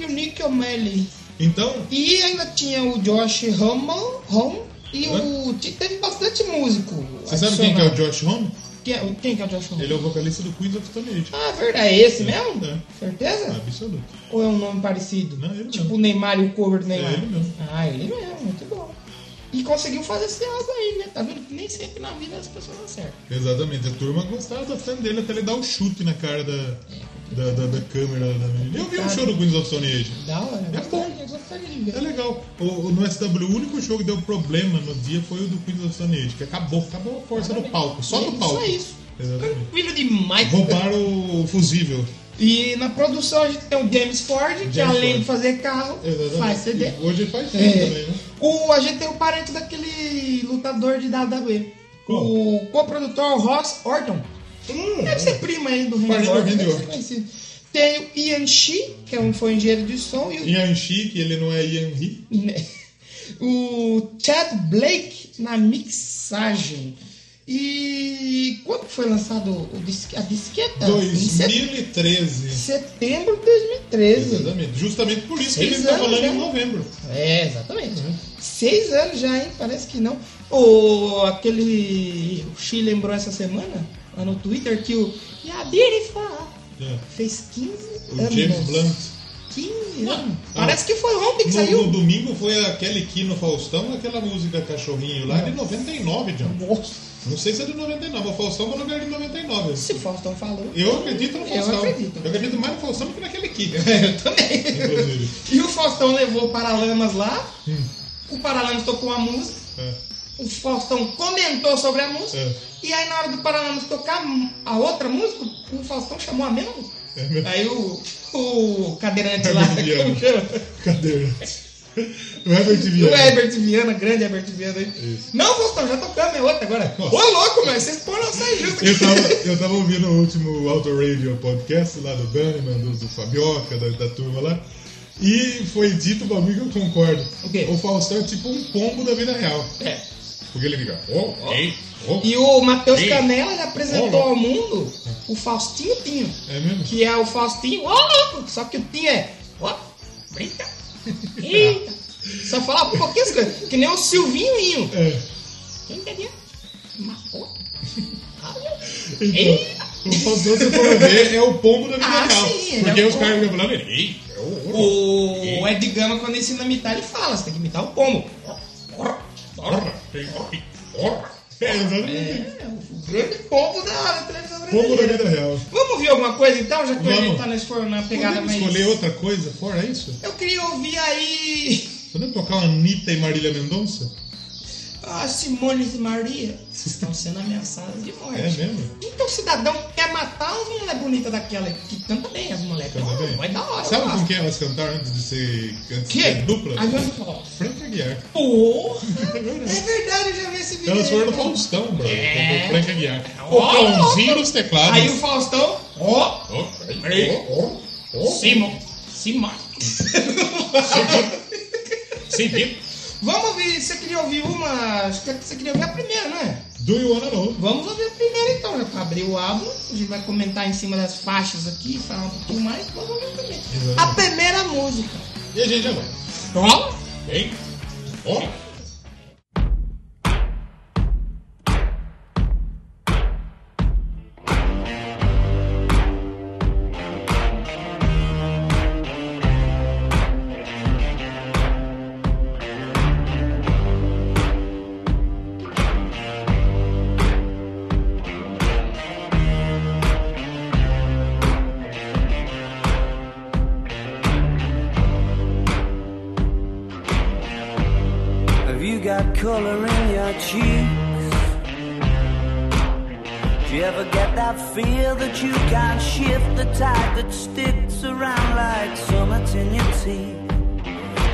Speaker 3: e o Nick O'Malley.
Speaker 1: Então,
Speaker 3: E ainda tinha o Josh Homme Home e o... Teve bastante músico.
Speaker 1: você sabe quem que é o
Speaker 3: adicional.
Speaker 1: Josh Homme?
Speaker 3: Quem é- Quem que é o Josh Homme?
Speaker 1: Ele é o vocalista do Queens of Stone Age.
Speaker 3: Ah, verdade. É esse mesmo?
Speaker 1: É.
Speaker 3: Certeza?
Speaker 1: Absoluto.
Speaker 3: Ou é um nome parecido?
Speaker 1: Não, ele
Speaker 3: tipo
Speaker 1: mesmo.
Speaker 3: o Neymar e o cover do Neymar.
Speaker 1: É, ele mesmo.
Speaker 3: Ah, ele mesmo, muito bom. E conseguiu fazer esse álbum aí, né? Tá vendo que nem sempre na vida as pessoas acertam.
Speaker 1: Exatamente, a turma gostava bastante dele até ele dar o chute na cara da, da, da- da câmera da menina. Eu vi um show do Queens of Stone Age.
Speaker 3: Da hora.
Speaker 1: É bom.
Speaker 3: gostaria- gostaria de ver.
Speaker 1: É legal. O, o- no SW, o único show que deu problema no dia foi o do Queens of Stone Age, que acabou, acabou a força do palco, só do palco.
Speaker 3: É Só isso.
Speaker 1: Exatamente.
Speaker 3: Tranquilo demais.
Speaker 1: Roubaram o fusível.
Speaker 3: E na produção a gente tem o James Ford, que
Speaker 1: James
Speaker 3: além
Speaker 1: Ford.
Speaker 3: de fazer carro,
Speaker 1: Exatamente.
Speaker 3: faz CD.
Speaker 1: E Hoje faz CD também,
Speaker 3: É.
Speaker 1: né?
Speaker 3: O, a gente tem o parente daquele lutador de WWE.
Speaker 1: Qual? Hum,
Speaker 3: O coprodutor Ross Orton. Deve ser primo aí do Randy
Speaker 1: Parente é. do
Speaker 3: Orton.
Speaker 1: Randy
Speaker 3: deve ser
Speaker 1: Orton.
Speaker 3: conhecido. Tem o Ian Shi, que é um foi engenheiro de som, e
Speaker 1: Ian Shi, que ele não é Ian He.
Speaker 3: o, o Chad Blake na mixagem. E quando foi lançado o disque, a disqueta? Em set-
Speaker 1: 2013.
Speaker 3: setembro de 2013.
Speaker 1: Exatamente. Justamente por isso que
Speaker 3: Seis
Speaker 1: ele tá
Speaker 3: anos,
Speaker 1: falando
Speaker 3: né?
Speaker 1: em novembro.
Speaker 3: É, exatamente. Seis anos já, hein? Parece que não. Ou aquele. O Xi lembrou essa semana, lá no Twitter, que o Yabirifa
Speaker 1: É.
Speaker 3: fez 15
Speaker 1: O
Speaker 3: anos.
Speaker 1: James Blunt.
Speaker 3: 15 anos.
Speaker 1: Ah.
Speaker 3: Parece que foi ontem que
Speaker 1: No, no
Speaker 3: saiu.
Speaker 1: domingo foi aquele que no Faustão, aquela música Cachorrinho lá de 99, John.
Speaker 3: Nossa,
Speaker 1: Não sei se é de 99, o Faustão vai lugar de 99.
Speaker 3: se o Faustão falou.
Speaker 1: Eu acredito no Faustão.
Speaker 3: Eu acredito.
Speaker 1: Eu acredito mais no Faustão do que naquele Kiko,
Speaker 3: Eu também.
Speaker 1: inclusive.
Speaker 3: E o Faustão levou o Paralamas lá. O Paralamas tocou a música.
Speaker 1: É,
Speaker 3: O Faustão comentou sobre a música.
Speaker 1: é,
Speaker 3: E aí, na hora do Paralamas tocar a outra música, o Faustão chamou a mesma.
Speaker 1: é mesmo.
Speaker 3: Aí o, o cadeirante lá,
Speaker 1: Herbert Viana.
Speaker 3: como chama?
Speaker 1: Cadê? O Herbert Viana.
Speaker 3: O Herbert Viana, grande Herbert Viana aí.
Speaker 1: Isso.
Speaker 3: Não, Faustão, já tocamos, é outra agora.
Speaker 1: Nossa. Então.
Speaker 3: Ô, louco, mas vocês põem não sair justo
Speaker 1: Eu
Speaker 3: aqui.
Speaker 1: tava, eu tava ouvindo o último Auto Radio podcast lá do Gunnyman, do, do Fabioca, da, da turma lá. E foi dito pra mim que eu concordo.
Speaker 3: O quê?
Speaker 1: O Faustão é tipo um pombo da vida real.
Speaker 3: É.
Speaker 1: Porque ele fica. Oh, ei, oh.
Speaker 3: E o Matheus
Speaker 1: Sim.
Speaker 3: Canela já apresentou
Speaker 1: Ô,
Speaker 3: ao mundo o Faustinho Tinho,
Speaker 1: É mesmo?
Speaker 3: que é o Faustinho, ô louco, só que o Tinho é, ó, brinca, eita, só fala pouquinhas coisas, que nem o Silvinho,
Speaker 1: É.
Speaker 3: quem teria? Matou?
Speaker 1: Então, o Faustão, se for ver, é o pombo da vida
Speaker 3: Ah,
Speaker 1: real.
Speaker 3: sim, ele
Speaker 1: porque
Speaker 3: é o
Speaker 1: os
Speaker 3: pombo.
Speaker 1: caras ficam falando, ei, é o oh,
Speaker 3: O Ed Gama, quando ensina a imitar, ele fala, você tem que imitar o pombo.
Speaker 1: É, exatamente.
Speaker 3: É, o grande pombo da, da televisão
Speaker 1: Pombo da
Speaker 3: brasileira.
Speaker 1: vida real.
Speaker 3: Vamos ouvir alguma coisa então, já que a gente
Speaker 1: Vamos.
Speaker 3: tá nesse for- na pegada
Speaker 1: Podemos
Speaker 3: mais...
Speaker 1: escolher um. outra coisa fora isso?
Speaker 3: Eu queria ouvir aí...
Speaker 1: Podemos tocar uma Anitta e Marília Mendonça?
Speaker 3: Ah, Simone e Maria, vocês estão sendo ameaçadas de morte.
Speaker 1: É mesmo?
Speaker 3: Então o cidadão quer matar uma mulher bonita daquela que canta bem as mulheres.
Speaker 1: Canta
Speaker 3: Não,
Speaker 1: bem.
Speaker 3: Vai da hora.
Speaker 1: Sabe
Speaker 3: eu
Speaker 1: com
Speaker 3: acho.
Speaker 1: quem elas cantaram antes de ser, antes de
Speaker 3: Que?
Speaker 1: ser dupla?
Speaker 3: Aí eu falo,
Speaker 1: Frank Aguiar.
Speaker 3: porra, é verdade, eu já vi esse vídeo.
Speaker 1: Elas foram no
Speaker 3: aí.
Speaker 1: Faustão, brother.
Speaker 3: É.
Speaker 1: Com o Frank Aguiar.
Speaker 3: Ó,
Speaker 1: O cãozinho dos teclados.
Speaker 3: Aí o Faustão, ó,
Speaker 1: Ó,
Speaker 3: Aí.
Speaker 1: ó, ó, ó.
Speaker 3: Simon, Simon.
Speaker 1: Sim, Pico.
Speaker 3: Vamos ouvir, você queria ouvir uma, acho que você queria ouvir a primeira, né?
Speaker 1: Do you wanna know?
Speaker 3: Vamos ouvir a primeira então, já pra abrir o álbum, a gente vai comentar em cima das faixas aqui, falar um pouquinho mais, vamos ouvir primeiro. A primeira música.
Speaker 1: E a gente já vai.
Speaker 3: Ó,
Speaker 1: Vem. Ó.
Speaker 5: Have you got color in your cheeks? Do you ever get that feel that you can't shift the tide that sticks around like summits in your teeth?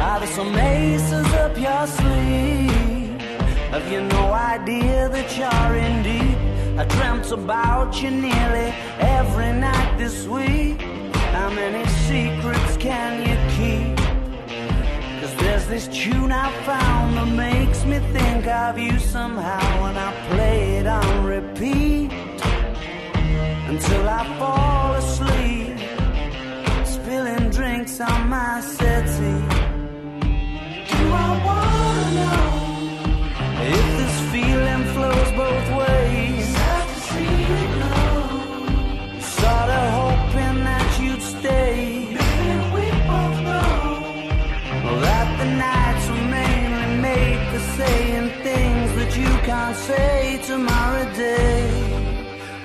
Speaker 5: Are there some aces up your sleeve? Have you no idea that you're in deep? I dreamt about you nearly every night this week. How many secrets can you keep? Cause there's this tune I found that makes me think of you somehow And I play it on repeat Until I fall asleep Spilling drinks on my settee Do I wanna know If this feeling flows both ways Sorta hoping that you'd stay we both know well, that the nights were mainly made for saying things that you can't say tomorrow day.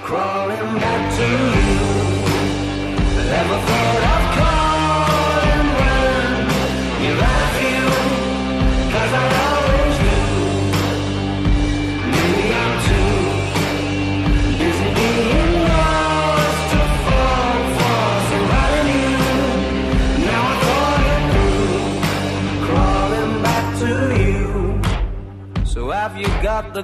Speaker 5: Crawling back to you. Never thought of calling when you left you. Cause I always knew. Maybe I'm too busy being lost to fall for somebody new. Now I thought it crawling back to you. So have you got the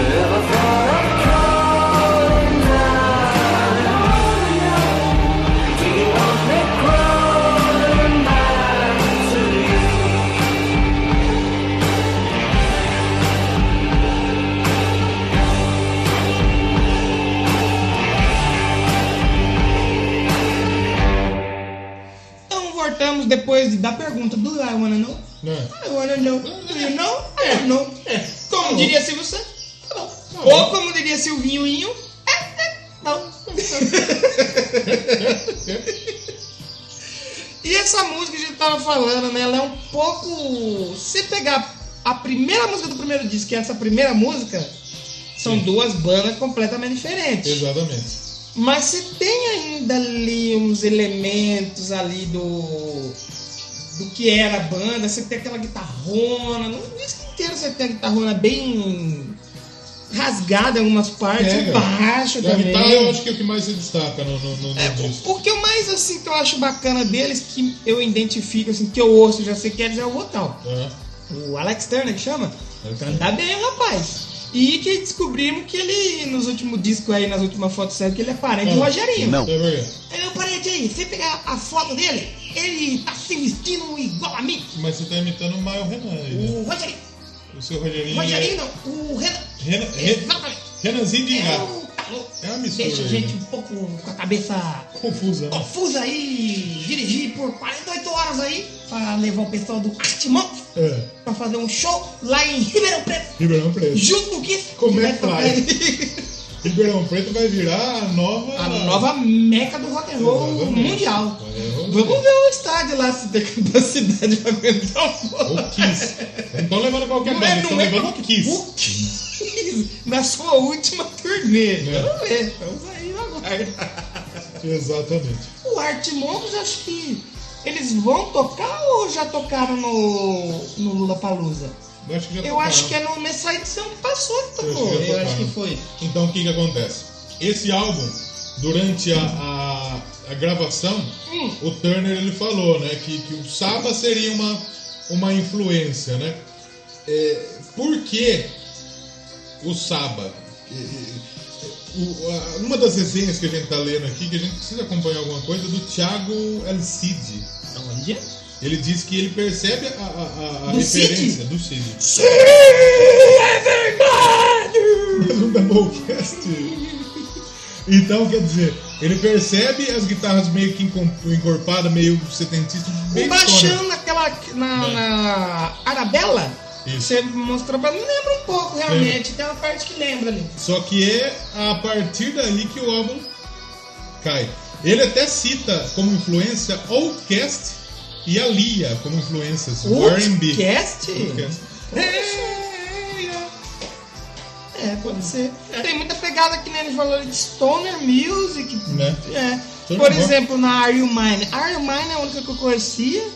Speaker 5: Ever thought of calling down? Do you want me crawling back to you?
Speaker 3: Então voltamos depois da pergunta do I wanna know.
Speaker 1: É.
Speaker 3: I wanna know. Do you know? I don't know. Como diria Silvio Santos? Tá bom.
Speaker 1: bom.
Speaker 3: Ou como diria Silvinho Inho? É, é, não. E essa música que a gente tava falando, né? Ela é um pouco. Se pegar a primeira música do primeiro disco, que é essa primeira música, são duas bandas completamente diferentes.
Speaker 1: Exatamente.
Speaker 3: Mas se tem ainda ali uns elementos ali do do que era a banda, você tem aquela guitarrona, no disco inteiro você tem a guitarrona bem rasgada em algumas partes,
Speaker 1: É, cara.
Speaker 3: baixo
Speaker 1: Da
Speaker 3: também.
Speaker 1: guitarra eu acho que é o que mais se destaca no, no, no, no
Speaker 3: É,
Speaker 1: disco.
Speaker 3: o, o que eu mais assim que eu acho bacana deles, que eu identifico, assim, que eu ouço, já sei que é, já é o vocal.
Speaker 1: É.
Speaker 3: O Alex Turner que chama?
Speaker 1: Alex
Speaker 3: Canta bem, É o rapaz. E que descobrimos que ele, nos últimos discos aí, nas últimas fotos, saiu que ele é parente do
Speaker 1: É.
Speaker 3: Rogerinho.
Speaker 4: Não.
Speaker 1: Isso é verdade.
Speaker 3: Aí meu parente aí, você pegar a foto dele, ele tá se vestindo igual a mim.
Speaker 1: Mas você tá imitando o Maio Renan aí, né?
Speaker 3: O Rogerinho,
Speaker 1: O seu Rogerinho.
Speaker 3: o Rogerinho não, o Renan.
Speaker 1: Renan, Renan,
Speaker 3: Exatamente.
Speaker 1: Renanzinho de
Speaker 3: É
Speaker 1: gato.
Speaker 3: o calor.
Speaker 1: É uma mistura
Speaker 3: Deixa a
Speaker 1: aí,
Speaker 3: gente
Speaker 1: né?
Speaker 3: um pouco com a cabeça
Speaker 1: Confusa, né?
Speaker 3: confusa aí, dirigir por 48 horas aí, pra levar o pessoal do Artimanx
Speaker 1: É.
Speaker 3: pra fazer um show lá em Ribeirão Preto,
Speaker 1: Ribeirão Preto.
Speaker 3: junto com o Kiss.
Speaker 1: Como
Speaker 3: que
Speaker 1: é
Speaker 3: vai
Speaker 1: que
Speaker 3: tocar
Speaker 1: faz?
Speaker 3: ele.
Speaker 1: Ribeirão Preto vai virar a nova.
Speaker 3: A nova meca do rock and roll
Speaker 1: Exatamente.
Speaker 3: mundial.
Speaker 1: É, vamos ver.
Speaker 3: Vamos ver o estádio lá se tem capacidade pra aguentar um o povo.
Speaker 1: Ou Kiss. Não estão levando qualquer
Speaker 3: Não é,
Speaker 1: banda,
Speaker 3: não
Speaker 1: estão
Speaker 3: é
Speaker 1: levando o Kiss.
Speaker 3: O Kiss na sua última turnê.
Speaker 1: É.
Speaker 3: Vamos ver, vamos aí agora.
Speaker 1: Exatamente.
Speaker 3: O Art Monks, acho que eles vão tocar ou já tocaram no, no Lollapalooza?
Speaker 1: Eu acho que já
Speaker 3: Eu
Speaker 1: tocaram.
Speaker 3: acho que é no, nessa edição que passou que
Speaker 1: Eu acho
Speaker 3: tocou.
Speaker 1: que já
Speaker 3: Eu acho
Speaker 1: tocaram.
Speaker 3: que foi.
Speaker 1: Então o que que acontece? Esse álbum, durante a, a, a gravação,
Speaker 3: Hum.
Speaker 1: o Turner ele falou, né, que, que o Saba seria uma, uma influência, né? É, por que o Saba? E- e- o- a- uma das resenhas que a gente tá lendo aqui, que a gente precisa acompanhar alguma coisa, é do Thiago Alcide.
Speaker 3: Onde?
Speaker 1: Ele diz que ele percebe a, a- a- a
Speaker 3: Do Cid?
Speaker 1: referência do Cid.
Speaker 3: Sim, é verdade!
Speaker 1: do um Doublecast. Então, quer dizer, ele percebe as guitarras meio que encom- encorpadas, meio setentista, bem
Speaker 3: O baixão naquela. na,
Speaker 1: É.
Speaker 3: na Arabella,
Speaker 1: Isso.
Speaker 3: você mostrou pra mim, lembra um pouco realmente, tem uma parte que lembra ali.
Speaker 1: Só que é a partir dali que o álbum cai. Ele até cita como influência Outcast e a Lia como influências do R&B.
Speaker 3: Outcast?
Speaker 1: Outcast.
Speaker 3: É, acontecer. Tem muita pegada que nem ele falou de Stoner Music.
Speaker 1: Né?
Speaker 3: É.
Speaker 1: Tudo
Speaker 3: Por
Speaker 1: bom.
Speaker 3: exemplo, na Are You Mine. Are You Mine é a única que eu conhecia.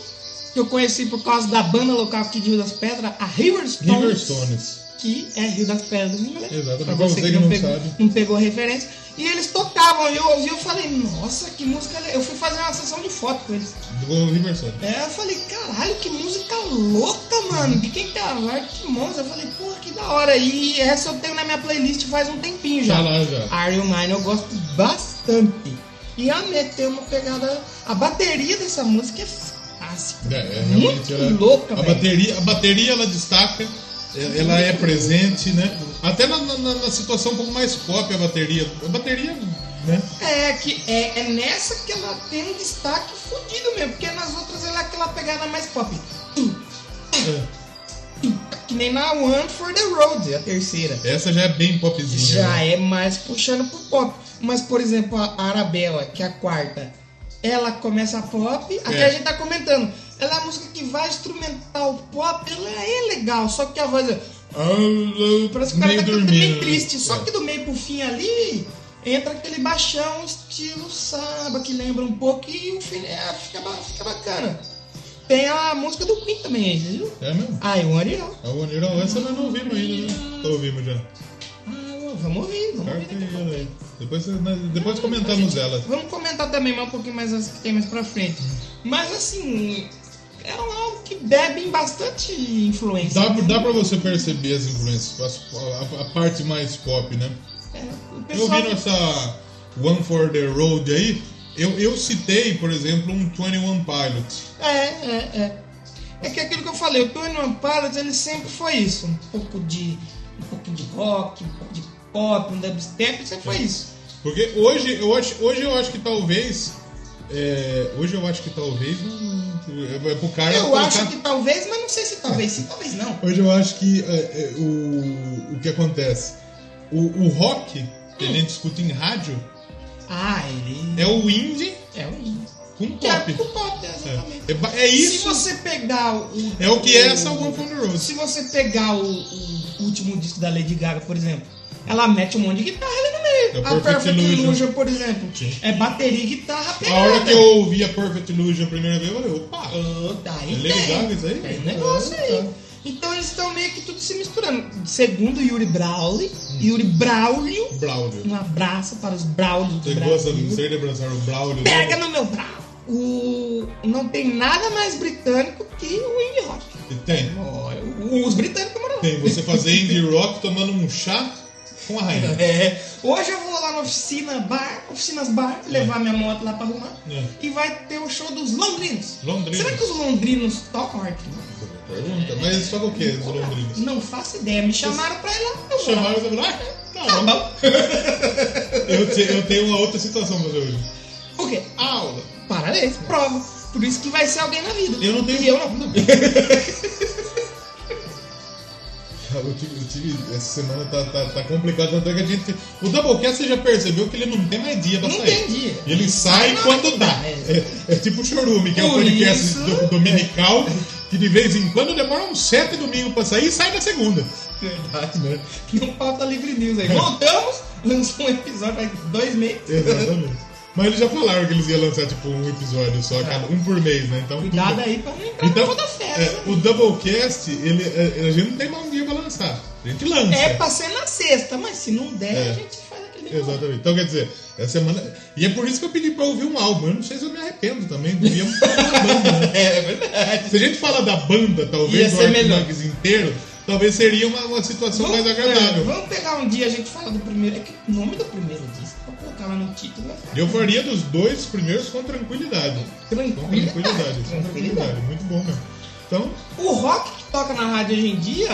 Speaker 3: Que eu conheci por causa da banda local aqui de Rio das Pedras, a Riverstone.
Speaker 1: River Stones.
Speaker 3: que é Rio das Pedras em inglês.
Speaker 1: Exato,
Speaker 3: Pra
Speaker 1: pra
Speaker 3: você
Speaker 1: você
Speaker 3: que
Speaker 1: que
Speaker 3: não,
Speaker 1: não
Speaker 3: pegou,
Speaker 1: sabe.
Speaker 3: não pegou referência. E eles tocavam, e eu ouvi, eu falei, nossa, que música legal. Eu fui fazer uma sessão de foto com eles.
Speaker 1: Do River Stones.
Speaker 3: É, eu falei, caralho, que música louca, mano. De quem que é a vibe? Que monstro. Eu falei, porra, que da hora. E essa eu tenho na minha playlist faz um tempinho já.
Speaker 1: Tá lá já.
Speaker 3: Are You Mine eu gosto bastante. E a Met tem uma pegada. A bateria dessa música é fantástica.
Speaker 1: É, é
Speaker 3: Muito
Speaker 1: realmente ela-
Speaker 3: louca,
Speaker 1: a
Speaker 3: velho.
Speaker 1: bateria, a bateria ela destaca, é- ela é presente, né? Até na, na- na- na situação um pouco mais pop a bateria. A bateria, né?
Speaker 3: É, que é, é nessa que ela tem um destaque fodido mesmo, porque nas outras ela é aquela pegada mais pop. Que nem na One for the Road, a terceira.
Speaker 1: Essa já é bem popzinha.
Speaker 3: Já
Speaker 1: né?
Speaker 3: é mais puxando pro pop. Mas, por exemplo, a Arabella, que é a quarta, ela começa a pop, aqui
Speaker 1: É.
Speaker 3: a gente tá comentando. Ela é a música que vai instrumentar o pop, ela é legal, só que a voz é. Parece que o cara
Speaker 1: Meio
Speaker 3: tá cantando
Speaker 1: dormindo,
Speaker 3: bem
Speaker 1: né?
Speaker 3: triste. Só
Speaker 1: É.
Speaker 3: que do meio pro fim ali entra aquele baixão estilo samba que lembra um pouco e o fim é, fica, ba- fica bacana. Tem a música do Queen também, aí, viu?
Speaker 1: É mesmo?
Speaker 3: Ah, eu Ariel.
Speaker 1: A Wanira essa nós não ouvimos ainda, né? Tô ouvindo já.
Speaker 3: Ah, vamos ouvir, vamos
Speaker 1: Carta
Speaker 3: ouvir.
Speaker 1: aí, olha aí. Depois, nós- depois comentamos ela.
Speaker 3: Vamos comentar também mais um pouquinho mais as que tem mais pra frente. Mas assim, é um álbum que bebe em bastante influência.
Speaker 1: Dá, dá pra você perceber as influências, as- a, a parte mais pop, né?
Speaker 3: É, o
Speaker 1: Eu
Speaker 3: pessoal
Speaker 1: vi nossa One for the Road aí, eu, eu citei, por exemplo, um 21 Pilots.
Speaker 3: É, é, é. É que aquilo que eu falei, o Tony Amparos, ele sempre foi isso. Um pouco de. Um pouco de rock, um pouco de pop, um dubstep, sempre foi isso.
Speaker 1: Porque hoje eu acho, hoje eu acho que talvez. é, hoje eu acho que talvez. hum, É pro cara.
Speaker 3: Eu
Speaker 1: colocar-
Speaker 3: acho que talvez, mas não sei se talvez sim, talvez não.
Speaker 1: Hoje eu acho que é, é, o, o que acontece? O, o rock que a gente escuta em rádio
Speaker 3: Ah, ele.
Speaker 1: é o indie
Speaker 3: É o indie.
Speaker 1: com
Speaker 3: Que é o
Speaker 1: pop.
Speaker 3: pop, exatamente.
Speaker 1: É, é, ba- é
Speaker 3: Se
Speaker 1: isso.
Speaker 3: você pegar o.
Speaker 1: É o que é essa One for the Road.
Speaker 3: Se você pegar o, o último disco da Lady Gaga, por exemplo, ela mete um monte de guitarra ali no meio.
Speaker 1: É o
Speaker 3: a
Speaker 1: Perfect
Speaker 3: Perfect Illusion,
Speaker 1: Illusion.
Speaker 3: por exemplo,
Speaker 1: Sim.
Speaker 3: é bateria e guitarra
Speaker 1: A hora
Speaker 3: pegada.
Speaker 1: que eu ouvi a Perfect Illusion a primeira vez, eu falei, opa,
Speaker 3: Ah, daí
Speaker 1: É
Speaker 3: tem.
Speaker 1: legal isso aí?
Speaker 3: Tem um negócio
Speaker 1: Ah,
Speaker 3: aí.
Speaker 1: tá.
Speaker 3: Então eles estão meio que tudo se misturando. Segundo Yuri Brauli,
Speaker 1: Hum.
Speaker 3: Yuri Braulio,
Speaker 1: tá. Braulio.
Speaker 3: um abraço para os Braulios do
Speaker 1: Você gosta
Speaker 3: Brasil.
Speaker 1: de ser de abraçar o Braulio?
Speaker 3: Pega
Speaker 1: né?
Speaker 3: no meu brau. O... Não tem nada mais britânico que o indie rock.
Speaker 1: Tem.
Speaker 3: Ó, Os britânicos moram lá.
Speaker 1: Tem você fazer indie rock tomando um chá com a rainha.
Speaker 3: É, hoje eu vou lá na oficina bar, oficinas bar, levar minha moto lá pra arrumar.
Speaker 1: É.
Speaker 3: E vai ter o show dos londrinos.
Speaker 1: Londrinos.
Speaker 3: Será que os londrinos tocam rock?
Speaker 1: Pergunta, mas só o que os londrinos?
Speaker 3: Não faço ideia, me chamaram pra ir lá. eu vou lá.
Speaker 1: Chamaram e falaram, ah,
Speaker 3: Tá
Speaker 1: tá bom.
Speaker 3: bom.
Speaker 1: Eu, te- eu tenho uma outra situação pra fazer hoje.
Speaker 3: O quê?
Speaker 1: Aula. É.
Speaker 3: Parabéns, prova. Por isso que vai ser alguém na vida.
Speaker 1: Eu não tenho.
Speaker 3: E eu não.
Speaker 1: Eu tive, eu tive- essa semana tá, tá, tá complicado, tanto é que a gente. O Doublecast você já percebeu que ele não tem mais dia pra
Speaker 3: Não
Speaker 1: sair.
Speaker 3: tem dia.
Speaker 1: Ele sai
Speaker 3: Não,
Speaker 1: quando dá.
Speaker 3: é.
Speaker 1: É, é tipo o Chorume, que é o
Speaker 3: Por
Speaker 1: podcast
Speaker 3: isso-
Speaker 1: do- dominical, que de vez em quando demora uns sete domingos pra sair e sai na segunda.
Speaker 3: Verdade, né? Não falta livre news
Speaker 1: É.
Speaker 3: aí. Voltamos, lançou um episódio faz dois meses.
Speaker 1: Exatamente. Mas eles já falaram que eles iam lançar tipo um episódio só, cada, um por mês, né? Então.
Speaker 3: Cuidado aí pra não entrar
Speaker 1: Então,
Speaker 3: na toda festa. né,
Speaker 1: é, o Doublecast, ele, é, a gente não tem mais um dia pra lançar. A gente lança.
Speaker 3: É pra ser na sexta, mas se não der,
Speaker 1: É.
Speaker 3: a gente faz aquele negócio.
Speaker 1: Exatamente. Então, quer dizer, essa semana. E é por isso que eu pedi pra ouvir um álbum. Eu não sei se eu me arrependo também. Devia falar da banda, né?
Speaker 3: É, é verdade.
Speaker 1: Se a gente fala da banda,
Speaker 3: Ia
Speaker 1: talvez, do
Speaker 3: ser melhor.
Speaker 1: Arquimangues inteiro, talvez seria uma, uma situação mais
Speaker 3: é,
Speaker 1: agradável.
Speaker 3: vamos pegar um dia, a gente fala do primeiro. É que o nome do primeiro disco, pra colocar lá no título, é vai ficar
Speaker 1: Eu faria dos dois primeiros com tranquilidade. Com
Speaker 3: tranquilo.
Speaker 1: tranquilidade. Com tranquilidade. Muito bom mesmo. Então,
Speaker 3: O rock que toca na rádio hoje em dia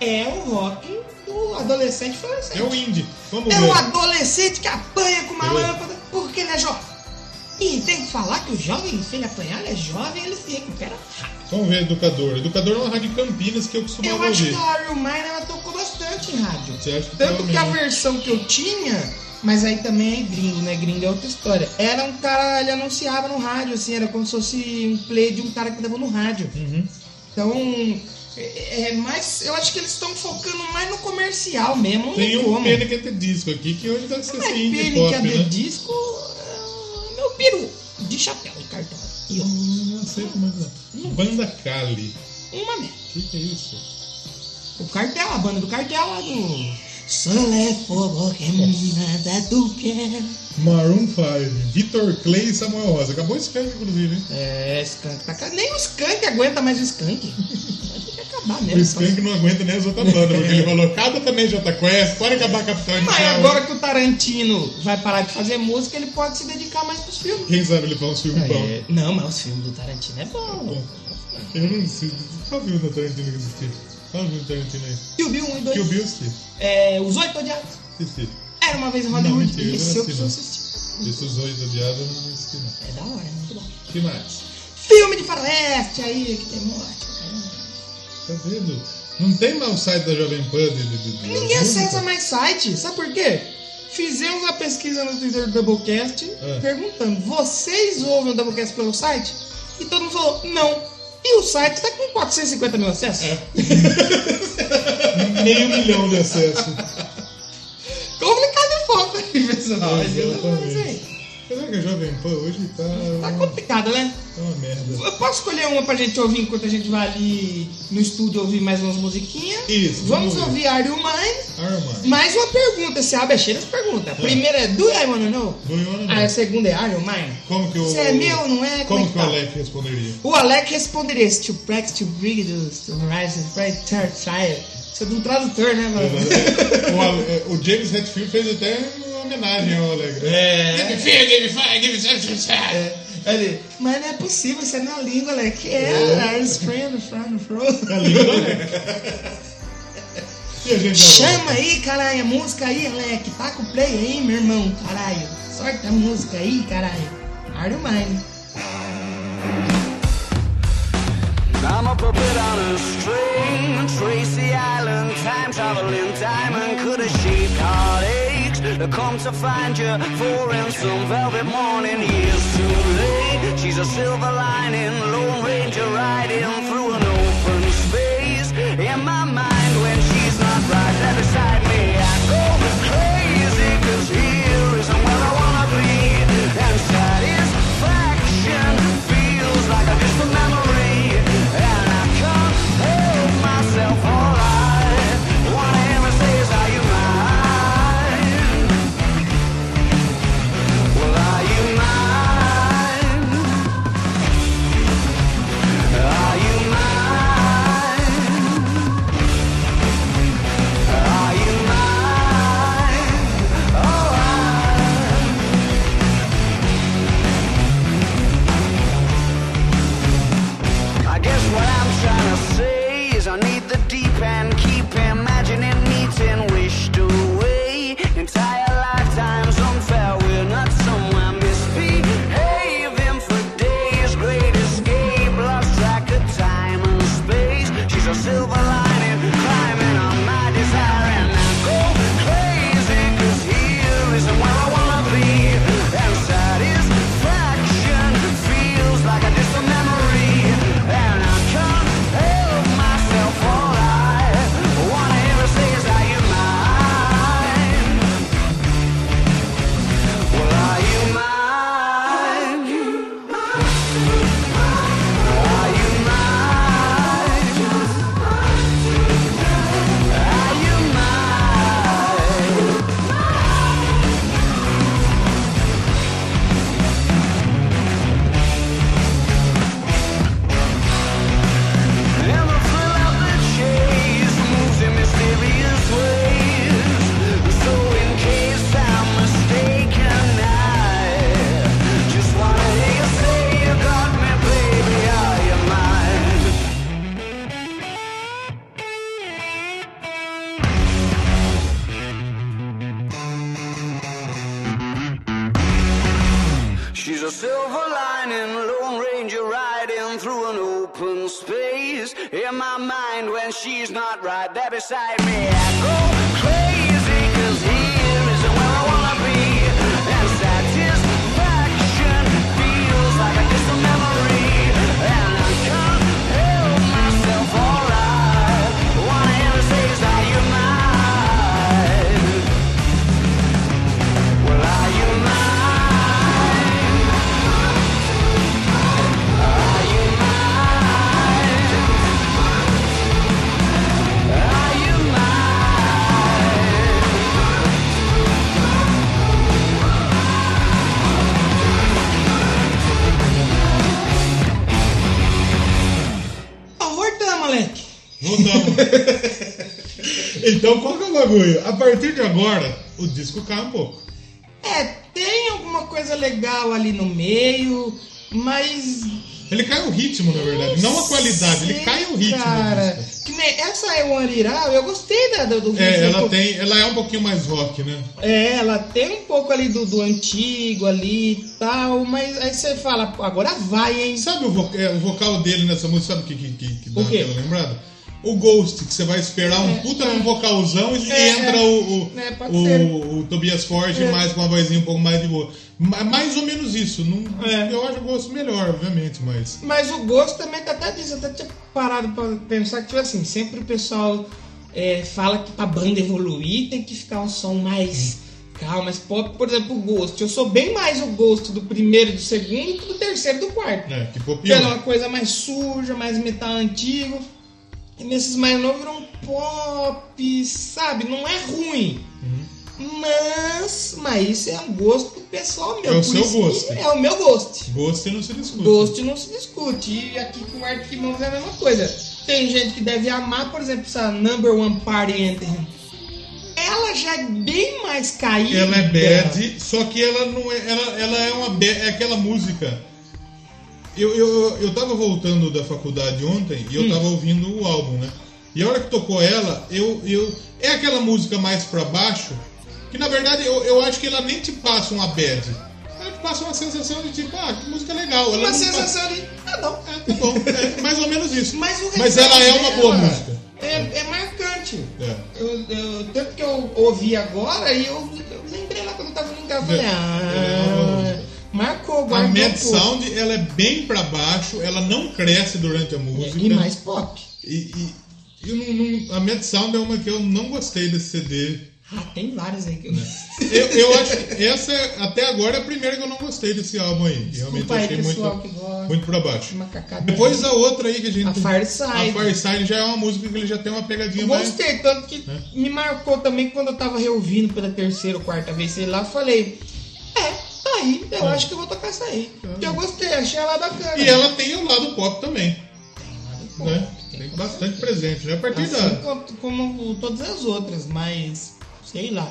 Speaker 3: é o rock do adolescente
Speaker 1: é
Speaker 3: florescente.
Speaker 1: o indie. Vamos
Speaker 3: É
Speaker 1: ver.
Speaker 3: um adolescente que apanha com uma
Speaker 1: Beleza.
Speaker 3: lâmpada porque ele é jovem. E tem que falar que o jovem, se ele apanhar, ele é jovem, ele se recupera.
Speaker 1: Vamos ver Educador. Educador é uma rádio de Campinas que eu
Speaker 3: Eu
Speaker 1: costumava
Speaker 3: acho
Speaker 1: ouvir.
Speaker 3: que a Ariel Mine ela tocou bastante em rádio.
Speaker 1: Você acha que
Speaker 3: Tanto que a
Speaker 1: provavelmente-
Speaker 3: versão que eu tinha, mas aí também é gringo, né? Gringo é outra história. Era um cara, ele anunciava no rádio, assim, era como se fosse um play de um cara que tava no rádio.
Speaker 1: Uhum.
Speaker 3: Então, É, é, mas eu acho que eles estão focando mais no comercial mesmo. não
Speaker 1: Tem um
Speaker 3: como.
Speaker 1: Panic at the Disco aqui que hoje deve ser
Speaker 3: Mas
Speaker 1: assim, de
Speaker 3: Panic
Speaker 1: pop,
Speaker 3: at
Speaker 1: né?
Speaker 3: the Disco, ah, meu peru de chapéu e cartão. E ó,
Speaker 1: Hum, Não sei como é que
Speaker 3: Hum.
Speaker 1: não. Banda Cali.
Speaker 3: uma merda.
Speaker 1: O que, que é isso?
Speaker 3: O cartel, a banda do cartel lá do. Solefobo que nada do que.
Speaker 1: Maroon 5, Vitor Clay e Samuel Rosa. Acabou esse filme, inclusive, hein?
Speaker 3: É, Skank tá ca- Nem o Skank aguenta mais o Skank. Tem que acabar
Speaker 1: O é
Speaker 3: mesmo. então.
Speaker 1: Skank não aguenta nem as outras bandas, porque ele falou, cada também Jota Quest, pode acabar a Capitão
Speaker 3: É. Mas
Speaker 1: Inicial.
Speaker 3: agora que o Tarantino vai parar de fazer música, ele pode se dedicar mais pros filmes.
Speaker 1: Quem sabe ele faz um filme bom.
Speaker 3: É, não, mas os filmes do Tarantino é bom.
Speaker 1: Eu não sei. Qual filme da Tarantino que existe? Qual filme da Tarantino aí?
Speaker 3: E o Bill 1 e
Speaker 1: Que o
Speaker 3: 2.
Speaker 1: Bill assisti.
Speaker 3: É, os Oito Odiados.
Speaker 1: Assisti.
Speaker 3: Era uma vez em
Speaker 1: Não,
Speaker 3: Hollywood.
Speaker 1: mentira, eu
Speaker 3: Esse eu
Speaker 1: não assisti,
Speaker 3: preciso
Speaker 1: não.
Speaker 3: assistir.
Speaker 1: Esses dois odiados eu não assisti, não.
Speaker 3: É da hora, é muito bom.
Speaker 1: que mais?
Speaker 3: Filme de faroeste aí, que tem morte. né? caramba.
Speaker 1: Tá vendo? Não tem mais o site da Jovem Pan de, de, de- de
Speaker 3: Ninguém
Speaker 1: música?
Speaker 3: acessa mais site. Sabe por quê? Fizemos uma pesquisa no Twitter do Doublecast
Speaker 1: Ah.
Speaker 3: perguntando: vocês ouvem o Doublecast pelo site? E todo mundo falou: não. E o site tá com 450 mil acessos?
Speaker 1: Meio milhão de acessos.
Speaker 3: Complicado e foda, pessoal. Mas eu não sei.
Speaker 1: Exatamente. Será que a Jovem Pan hoje tá,
Speaker 3: Tá
Speaker 1: uma-
Speaker 3: complicado, né?
Speaker 1: tá uma merda?
Speaker 3: Eu posso escolher uma pra gente ouvir enquanto a gente vai ali no estúdio ouvir mais umas musiquinhas?
Speaker 1: Isso,
Speaker 3: Vamos
Speaker 1: vamos
Speaker 3: ouvir Are You Mine?
Speaker 1: Arma.
Speaker 3: Mais uma pergunta, esse abre é cheio das perguntas. A primeira é Do I Wanna Know?
Speaker 1: Do you wanna know?
Speaker 3: A segunda é Are You Mine?
Speaker 1: Como que o.
Speaker 3: Você é meu, não é? Como
Speaker 1: Como
Speaker 3: é
Speaker 1: que o
Speaker 3: tá?
Speaker 1: Alec responderia?
Speaker 3: O Alec responderia to Breaks, to Briggs, to Horizons, Bright Third Fire. Isso é de um tradutor, né, mano?
Speaker 1: o, Ale- é, o James Hetfield fez até uma homenagem ao Alec. É. Give me fear, give me fire, give me sex,
Speaker 3: Ele, mas não é possível, isso é na língua, Alec. É, Iris Friend, Friend, Frozen.
Speaker 1: E a gente já volta.
Speaker 3: Chama aí, caralho, a música aí, Alec. Taca o play aí, meu irmão, caralho. Sorte a música aí, caralho. Iron Mine.
Speaker 5: I'm a puppet on a string, Tracy Island, time traveling diamond, could have shaped heartaches. I come to find you for in some velvet morning, years too late. She's a silver lining, Lone Ranger riding through an open space. In my mind, when she's not right there beside me, I go crazy, cause here is where I wanna be. And satisfaction feels like a distant memory. And I can't help myself, alright. Wanna hear me say, is are you mine? Well, are you mine? Are you mine? Are you mine? Oh, Alright. I guess what I'm trying to say is I need the deep end, keep imagining meeting wished away. Entire lifetimes unfair, we're not somewhere misbehaving for days. Great escape, lost track of time and space. She's a silver lining, climbing on my desire, and I go crazy 'cause here is where I wanna be. And satisfaction feels like a distant memory. And I can't help myself, all I wanna hear her say is, Are you mine? Well, are you mine? Are you mine? Are you mine? And the thrill of the chase moves in mysterious ways. So in case I'm mistaken, I just wanna hear you say you got me, baby. Are you mine? She's a silver lining, Lone Ranger riding through an open space. In my mind, when she's not right there beside me, I go crazy, cause here is where I wanna be. And satisfaction feels like a distant memory. And I can't help myself, alright.
Speaker 3: moleque.
Speaker 1: Voltamos. então qual que é o bagulho? A partir de agora, o disco cai um pouco.
Speaker 3: É, tem alguma coisa legal ali no meio, mas
Speaker 1: Ele cai o ritmo, na verdade. Não a qualidade, ele
Speaker 3: sei,
Speaker 1: cai o ritmo. do
Speaker 3: Cara,
Speaker 1: disco.
Speaker 3: que nem essa é o Arirá, eu gostei da, da- do
Speaker 1: É,
Speaker 3: do-
Speaker 1: ela tem. Ela é um pouquinho mais rock, né?
Speaker 3: É, ela tem um pouco ali do, do antigo ali e tal, mas aí você fala, "Pô, agora vai, hein?
Speaker 1: Sabe o, vo- é, o vocal dele nessa música, sabe o que, que, que, que dá
Speaker 3: O quê?
Speaker 1: aquela lembrada? O Ghost, que você vai esperar um
Speaker 3: É,
Speaker 1: puta
Speaker 3: é.
Speaker 1: um vocalzão e
Speaker 3: É,
Speaker 1: entra
Speaker 3: é.
Speaker 1: o, o,
Speaker 3: É, pode
Speaker 1: o,
Speaker 3: ser.
Speaker 1: o Tobias Forge
Speaker 3: É.
Speaker 1: mais com uma vozinha um pouco mais de boa. Ma- Mais ou menos isso. Não,
Speaker 3: É.
Speaker 1: Eu acho o Ghost melhor, obviamente, mas.
Speaker 3: Mas o gosto também tá até disso, eu até tinha parado pra pensar que, tipo assim, sempre o pessoal é, fala que pra banda evoluir tem que ficar um som mais calmo, mais pop. Por exemplo, o gosto. Eu sou bem mais o gosto do primeiro, do segundo, que do terceiro, do quarto.
Speaker 1: É, que popiou.
Speaker 3: Pela uma coisa mais suja, mais metal antigo. E nesses mais novos virou um pop, sabe? Não é ruim. Mas, mas isso é um gosto pessoal meu.
Speaker 1: Uhum. É o
Speaker 3: por
Speaker 1: seu
Speaker 3: isso que
Speaker 1: gosto.
Speaker 3: É o meu gosto.
Speaker 1: Ghost não se discute.
Speaker 3: Gosto não se discute. E aqui com o Arctic Monkeys é a mesma coisa. Tem gente que deve amar, por exemplo, essa Number One Party Anthem. Ela já é bem mais caída.
Speaker 1: Ela é bad, só que ela não é. Ela, ela é uma ba- é aquela música. Eu, eu, eu tava voltando da faculdade ontem
Speaker 3: Hum.
Speaker 1: e eu tava ouvindo o álbum, né? E a hora que tocou ela, eu. eu é aquela música mais pra baixo, que na verdade eu, eu acho que ela nem te passa uma bad. Ela te passa uma sensação de tipo, ah, que música legal. Ela
Speaker 3: Uma
Speaker 1: não te
Speaker 3: sensação de. Ah, não.
Speaker 1: passa- É, tá bom. É mais ou menos isso.
Speaker 3: Mas, o
Speaker 1: Mas
Speaker 3: refrão
Speaker 1: ela é uma
Speaker 3: dela
Speaker 1: boa música.
Speaker 3: É, é marcante.
Speaker 1: É.
Speaker 3: Eu, eu- tanto que eu ouvi agora e eu, eu lembrei lá quando eu tava no carro. eu Falei,
Speaker 1: É, é uma
Speaker 3: ah,
Speaker 1: música.
Speaker 3: marcou,
Speaker 1: é, A
Speaker 3: guardou.
Speaker 1: Mad
Speaker 3: pô.
Speaker 1: Sound, ela é bem pra baixo, ela não cresce durante a música.
Speaker 3: É,
Speaker 1: é.
Speaker 3: E mais pop.
Speaker 1: E, e- eu não- não- a Mad Sound é uma que eu não gostei desse CD.
Speaker 3: Ah, tem várias aí que eu.
Speaker 1: É. Eu, eu acho que essa, é, até agora, é a primeira que eu não gostei desse álbum aí. Realmente
Speaker 3: Desculpa aí,
Speaker 1: achei
Speaker 3: pessoal
Speaker 1: muito,
Speaker 3: que gosta.
Speaker 1: muito pra baixo.
Speaker 3: Macacada.
Speaker 1: Depois a outra aí que a gente.
Speaker 3: A Fireside.
Speaker 1: A Fireside já é uma música que ele já tem uma pegadinha
Speaker 3: Eu
Speaker 1: mais.
Speaker 3: gostei, tanto que
Speaker 1: É.
Speaker 3: me marcou também quando eu tava reouvindo pela terceira ou quarta vez, sei lá, eu falei, é, tá aí, eu acho que eu vou tocar essa aí. Porque eu gostei, achei ela bacana.
Speaker 1: É. E ela tem o lado pop também.
Speaker 3: Pô,
Speaker 1: né? Tem bastante presente, né? A partir
Speaker 3: Assim
Speaker 1: da.
Speaker 3: como, como todas as outras, mas sei lá.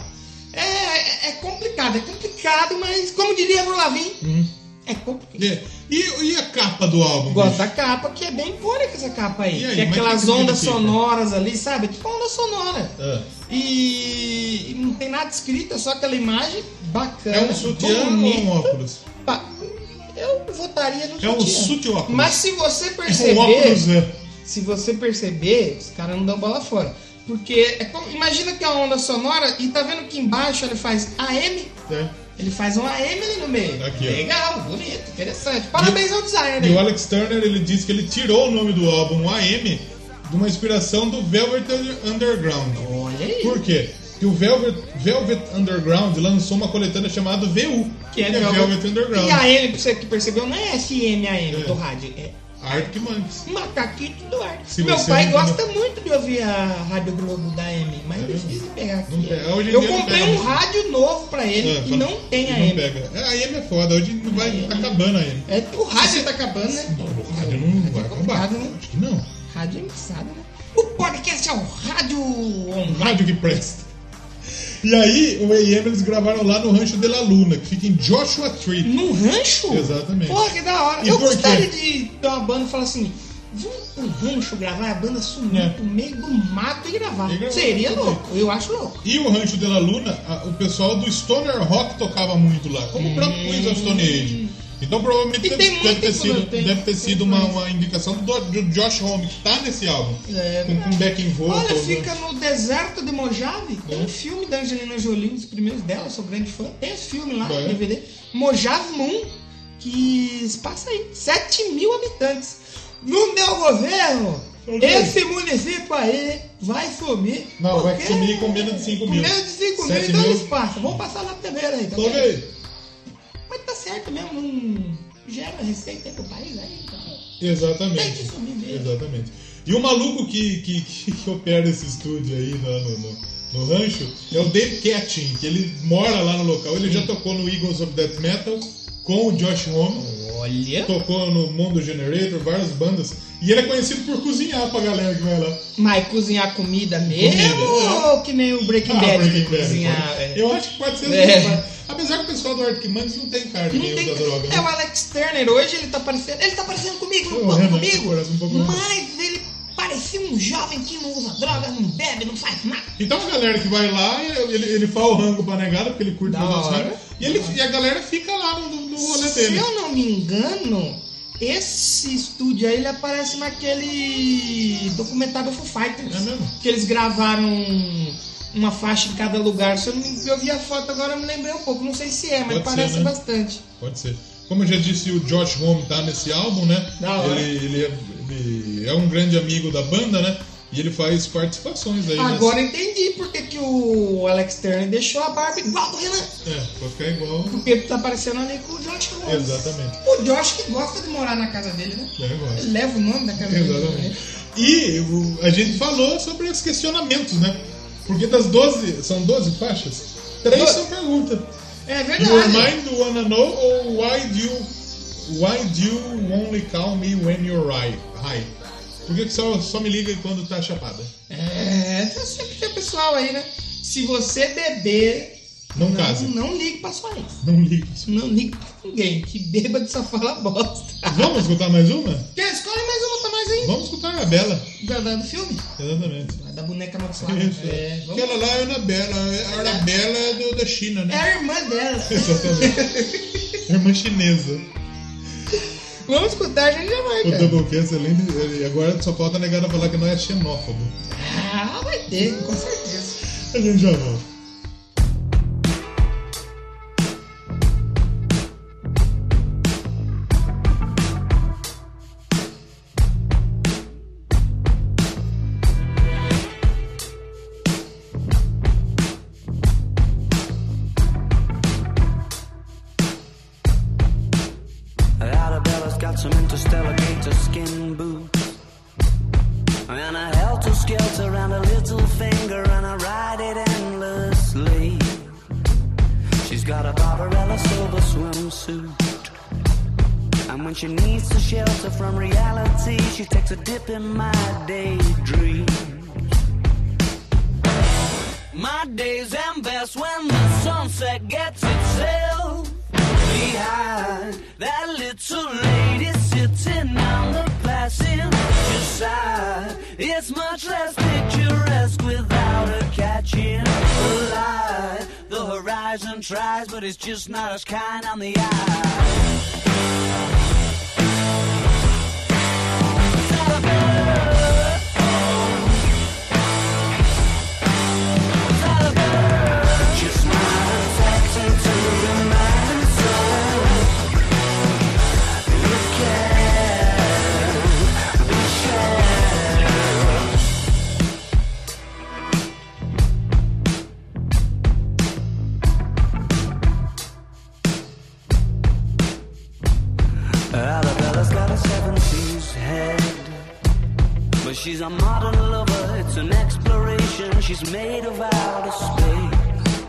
Speaker 3: É, é- é complicado, é complicado, mas como diria Bruno Lavin,
Speaker 1: Hum.
Speaker 3: é complicado.
Speaker 1: É. E, e a capa do álbum?
Speaker 3: Gosto
Speaker 1: bicho?
Speaker 3: da capa, que é bem icônica essa capa aí.
Speaker 1: E aí,
Speaker 3: que é
Speaker 1: mas
Speaker 3: aquelas
Speaker 1: que que
Speaker 3: ondas
Speaker 1: significa?
Speaker 3: sonoras ali, sabe? É Tipo onda sonora.
Speaker 1: Ah.
Speaker 3: E, e não tem nada escrito, é só aquela imagem bacana.
Speaker 1: É um sutiã ou um
Speaker 3: bonita.
Speaker 1: óculos?
Speaker 3: Ba- Eu votaria no
Speaker 1: É um
Speaker 3: sutiã.
Speaker 1: sutiã óculos.
Speaker 3: Mas se você
Speaker 1: Um óculos,
Speaker 3: perceber,
Speaker 1: é.
Speaker 3: se você perceber, os caras não dão bola fora. Porque é como- imagina que é uma onda sonora e tá vendo que embaixo ele faz AM,
Speaker 1: é.
Speaker 3: ele faz um AM ali no meio.
Speaker 1: Aqui, ó.
Speaker 3: Legal, bonito, interessante. Parabéns ao designer.
Speaker 1: E
Speaker 3: né?
Speaker 1: o Alex Turner ele disse que ele tirou o nome do álbum AM de uma inspiração do Velvet Underground.
Speaker 3: Olha aí.
Speaker 1: Por quê? Porque o Velvet, Velvet Underground lançou uma coletânea chamada VU, que é, Velvet, Underground.
Speaker 3: E AM, pra você que percebeu, não é FM AM
Speaker 1: É.
Speaker 3: do rádio, é
Speaker 1: Arctic Monkeys.
Speaker 3: Macaquito do ar.
Speaker 1: Se
Speaker 3: Meu
Speaker 1: você
Speaker 3: pai
Speaker 1: não-
Speaker 3: gosta muito de ouvir a Rádio Globo da AM, mas é
Speaker 1: É mesmo?
Speaker 3: difícil de pegar aqui.
Speaker 1: Não pega. Hoje em
Speaker 3: Eu
Speaker 1: dia não
Speaker 3: comprei
Speaker 1: pega.
Speaker 3: um rádio novo pra ele
Speaker 1: É,
Speaker 3: e
Speaker 1: fala-
Speaker 3: não tem
Speaker 1: não
Speaker 3: AM.
Speaker 1: pega. É, AM é foda, hoje não vai acabando a AM.
Speaker 3: É, o rádio tá acabando, né?
Speaker 1: O rádio não vai acabar.
Speaker 3: complicado, né?
Speaker 1: Acho que não.
Speaker 3: Rádio é emissado, né? O podcast é o rádio
Speaker 1: Um
Speaker 3: online.
Speaker 1: rádio que presta. E aí, o AM eles gravaram lá no Rancho de la Luna, que fica em Joshua Tree.
Speaker 3: No rancho?
Speaker 1: Exatamente.
Speaker 3: Porra, que da hora.
Speaker 1: E
Speaker 3: Eu
Speaker 1: por quê?
Speaker 3: gostaria de ter uma banda e falar assim: vamos pro rancho gravar, a banda sumir
Speaker 1: É.
Speaker 3: pro meio do mato e gravar.
Speaker 1: E gravar.
Speaker 3: Seria louco, eu acho louco.
Speaker 1: E o Rancho de la Luna, a- o pessoal do Stoner Rock tocava muito lá, como o próprio Queens of Stone Age. Então provavelmente
Speaker 3: E
Speaker 1: deve,
Speaker 3: tem
Speaker 1: deve
Speaker 3: muito
Speaker 1: ter
Speaker 3: isso,
Speaker 1: sido,
Speaker 3: né? Tem-
Speaker 1: deve ter
Speaker 3: tem
Speaker 1: sido uma,
Speaker 3: influência.
Speaker 1: uma indicação do, do Josh Homme, que tá nesse álbum.
Speaker 3: É,
Speaker 1: com, com backing vocal. né?
Speaker 3: Olha,
Speaker 1: É.
Speaker 3: fica no deserto de Mojave. Tem um filme da Angelina Jolie, um dos primeiros dela, eu sou grande fã. Tem esse filme lá,
Speaker 1: É.
Speaker 3: DVD. Mojave Moon, que se passa aí. 7 mil habitantes. No meu governo,
Speaker 1: Ok.
Speaker 3: esse município aí vai sumir.
Speaker 1: Não, vai
Speaker 3: porque-
Speaker 1: sumir com menos de 5 mil.
Speaker 3: Com menos de 5 mil,
Speaker 1: Sete
Speaker 3: então
Speaker 1: mil.
Speaker 3: eles passam. Vamos passar lá primeiro aí, tá
Speaker 1: Tô
Speaker 3: bem?
Speaker 1: vendo?
Speaker 3: Mas tá certo mesmo, não gera receita pro país aí. tá bom. Tem
Speaker 1: Exatamente.
Speaker 3: que sumir mesmo.
Speaker 1: Exatamente. E o maluco que, que, que, que opera esse estúdio aí no, no, no- no rancho é o Dave Catching, que ele mora lá no local. Ele já tocou no Eagles of Death Metal com o Josh Homme.
Speaker 3: Olha.
Speaker 1: Tocou no Mundo Generator, várias bandas. E ele é conhecido por cozinhar pra galera que vai lá.
Speaker 3: Mas cozinhar comida mesmo?
Speaker 1: Comida. Ah,
Speaker 3: Ou que nem o Breaking Bad
Speaker 1: Breaking
Speaker 3: que
Speaker 1: Bad,
Speaker 3: cozinhar?
Speaker 1: pode.
Speaker 3: é?
Speaker 1: Eu acho que pode ser.
Speaker 3: É.
Speaker 1: É. Apesar que o pessoal do Arctic Monkeys não tem cara de
Speaker 3: Não
Speaker 1: nenhum
Speaker 3: tem-
Speaker 1: da droga.
Speaker 3: É, o
Speaker 1: Né?
Speaker 3: Alex Turner hoje ele tá parecendo. Ele tá parecendo comigo,
Speaker 1: Eu
Speaker 3: um pouco
Speaker 1: lembro,
Speaker 3: comigo.
Speaker 1: parece um pouco comigo.
Speaker 3: mas ele parecia um jovem que não usa droga, não bebe, não faz nada.
Speaker 1: Então a galera que vai lá, ele, ele faz o rango pra negada, porque ele curte
Speaker 3: Da
Speaker 1: o negócio
Speaker 3: hora.
Speaker 1: rango, e, ele, e a galera fica lá no, no rolê
Speaker 3: Se
Speaker 1: dele.
Speaker 3: eu não me engano, esse estúdio aí ele aparece naquele documentário do Foo Fighters.
Speaker 1: É mesmo?
Speaker 3: Que eles gravaram uma faixa em cada lugar. Se eu, não me- eu vi a foto agora, eu me lembrei um pouco. Não sei se é, mas
Speaker 1: Pode ser,
Speaker 3: parece
Speaker 1: né?
Speaker 3: bastante.
Speaker 1: Pode ser. Como eu já disse, o Josh Home tá nesse álbum, né?
Speaker 3: Da hora.
Speaker 1: Ele, ele é, ele é um grande amigo da banda, né? E ele faz participações aí. nessa-
Speaker 3: Agora eu entendi porque que o Alex Turner deixou a barba igual do Renan.
Speaker 1: É, pra ficar igual.
Speaker 3: Porque ele tá parecendo ali com o Josh Rollins.
Speaker 1: Exatamente.
Speaker 3: O Josh que gosta de morar na casa dele, né?
Speaker 1: É, igual.
Speaker 3: Ele leva o nome da casa dele.
Speaker 1: Exatamente.
Speaker 3: né?
Speaker 1: E o- a gente falou sobre os questionamentos, né? Porque das 12, são 12 faixas, três
Speaker 3: Doze.
Speaker 1: são pergunta.
Speaker 3: É
Speaker 1: Your
Speaker 3: verdade.
Speaker 1: mind wanna know ou why do you, why do you only call me when you're high? high? Por que que só, só me liga quando tá chapada?
Speaker 3: É, tá sempre tem pessoal aí, né? Se você beber,
Speaker 1: Não,
Speaker 3: não,
Speaker 1: case.
Speaker 3: não ligue pra sua ex.
Speaker 1: Não liga.
Speaker 3: Não ligue pra ninguém, que bêbado só fala bosta.
Speaker 1: Vamos escutar mais uma?
Speaker 3: Quer escolhe mais uma, tá mais aí?
Speaker 1: Vamos escutar a Bela.
Speaker 3: Da, da- do filme?
Speaker 1: Exatamente.
Speaker 3: Da boneca amaldiçoada.
Speaker 1: Isso.
Speaker 3: É, vamos.
Speaker 1: Aquela lá é a Anabela. A Anabela é do, da China,
Speaker 3: É
Speaker 1: né?
Speaker 3: a irmã dela.
Speaker 1: Irmã chinesa.
Speaker 3: Vamos escutar, a gente já vai,
Speaker 1: O
Speaker 3: cara.
Speaker 1: Doublecast, além de. ele- Agora só falta negar a falar que não é xenófobo.
Speaker 3: Ah, vai ter, com certeza.
Speaker 1: A gente já volta.
Speaker 5: Arabella's got some interstellar gator skin boots. And a helter skelter and a little finger, and I ride it endlessly. She's got a Barbarella silver swimsuit. And when she needs to shelter from reality, she takes a dip in my daydream. My days am best when the sunset gets itself behind that little lady sitting on the passenger side. It's much less picturesque without her catching the light. The horizon tries, but it's just not as kind on the eye. Arabella's got a seven seas head. But she's a modern lover, it's an exploration. She's made of outer space.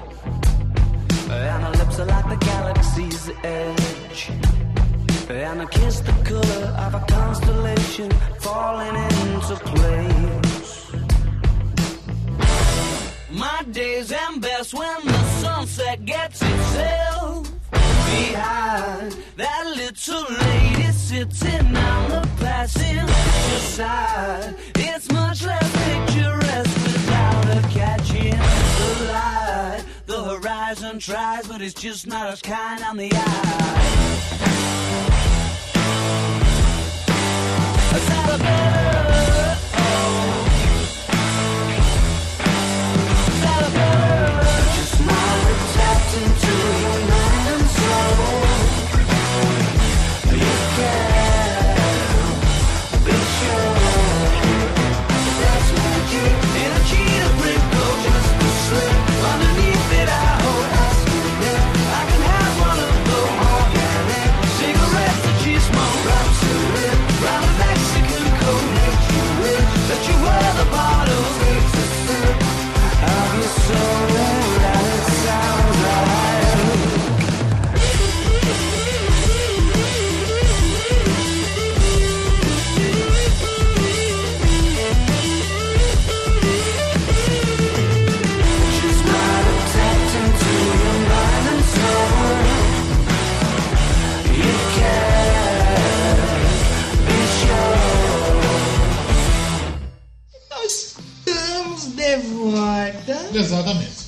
Speaker 5: And her lips are like the galaxy's edge. And I kiss the color of a constellation falling into place. My days am best when the sunset gets itself behind that little lady sitting on the passenger side. It's much less picturesque without her catching the light. The horizon tries, but it's just not as kind on the eye. Is that a bird? Is that a bird? Just now it tapped into your mind and soul. You can be sure that's magic. In a cheetah print coat, just a slip underneath it. I hold asking if I can have one of the organic cigarettes that she smoked. Wraps her lip round a Mexican coat.
Speaker 1: Exatamente.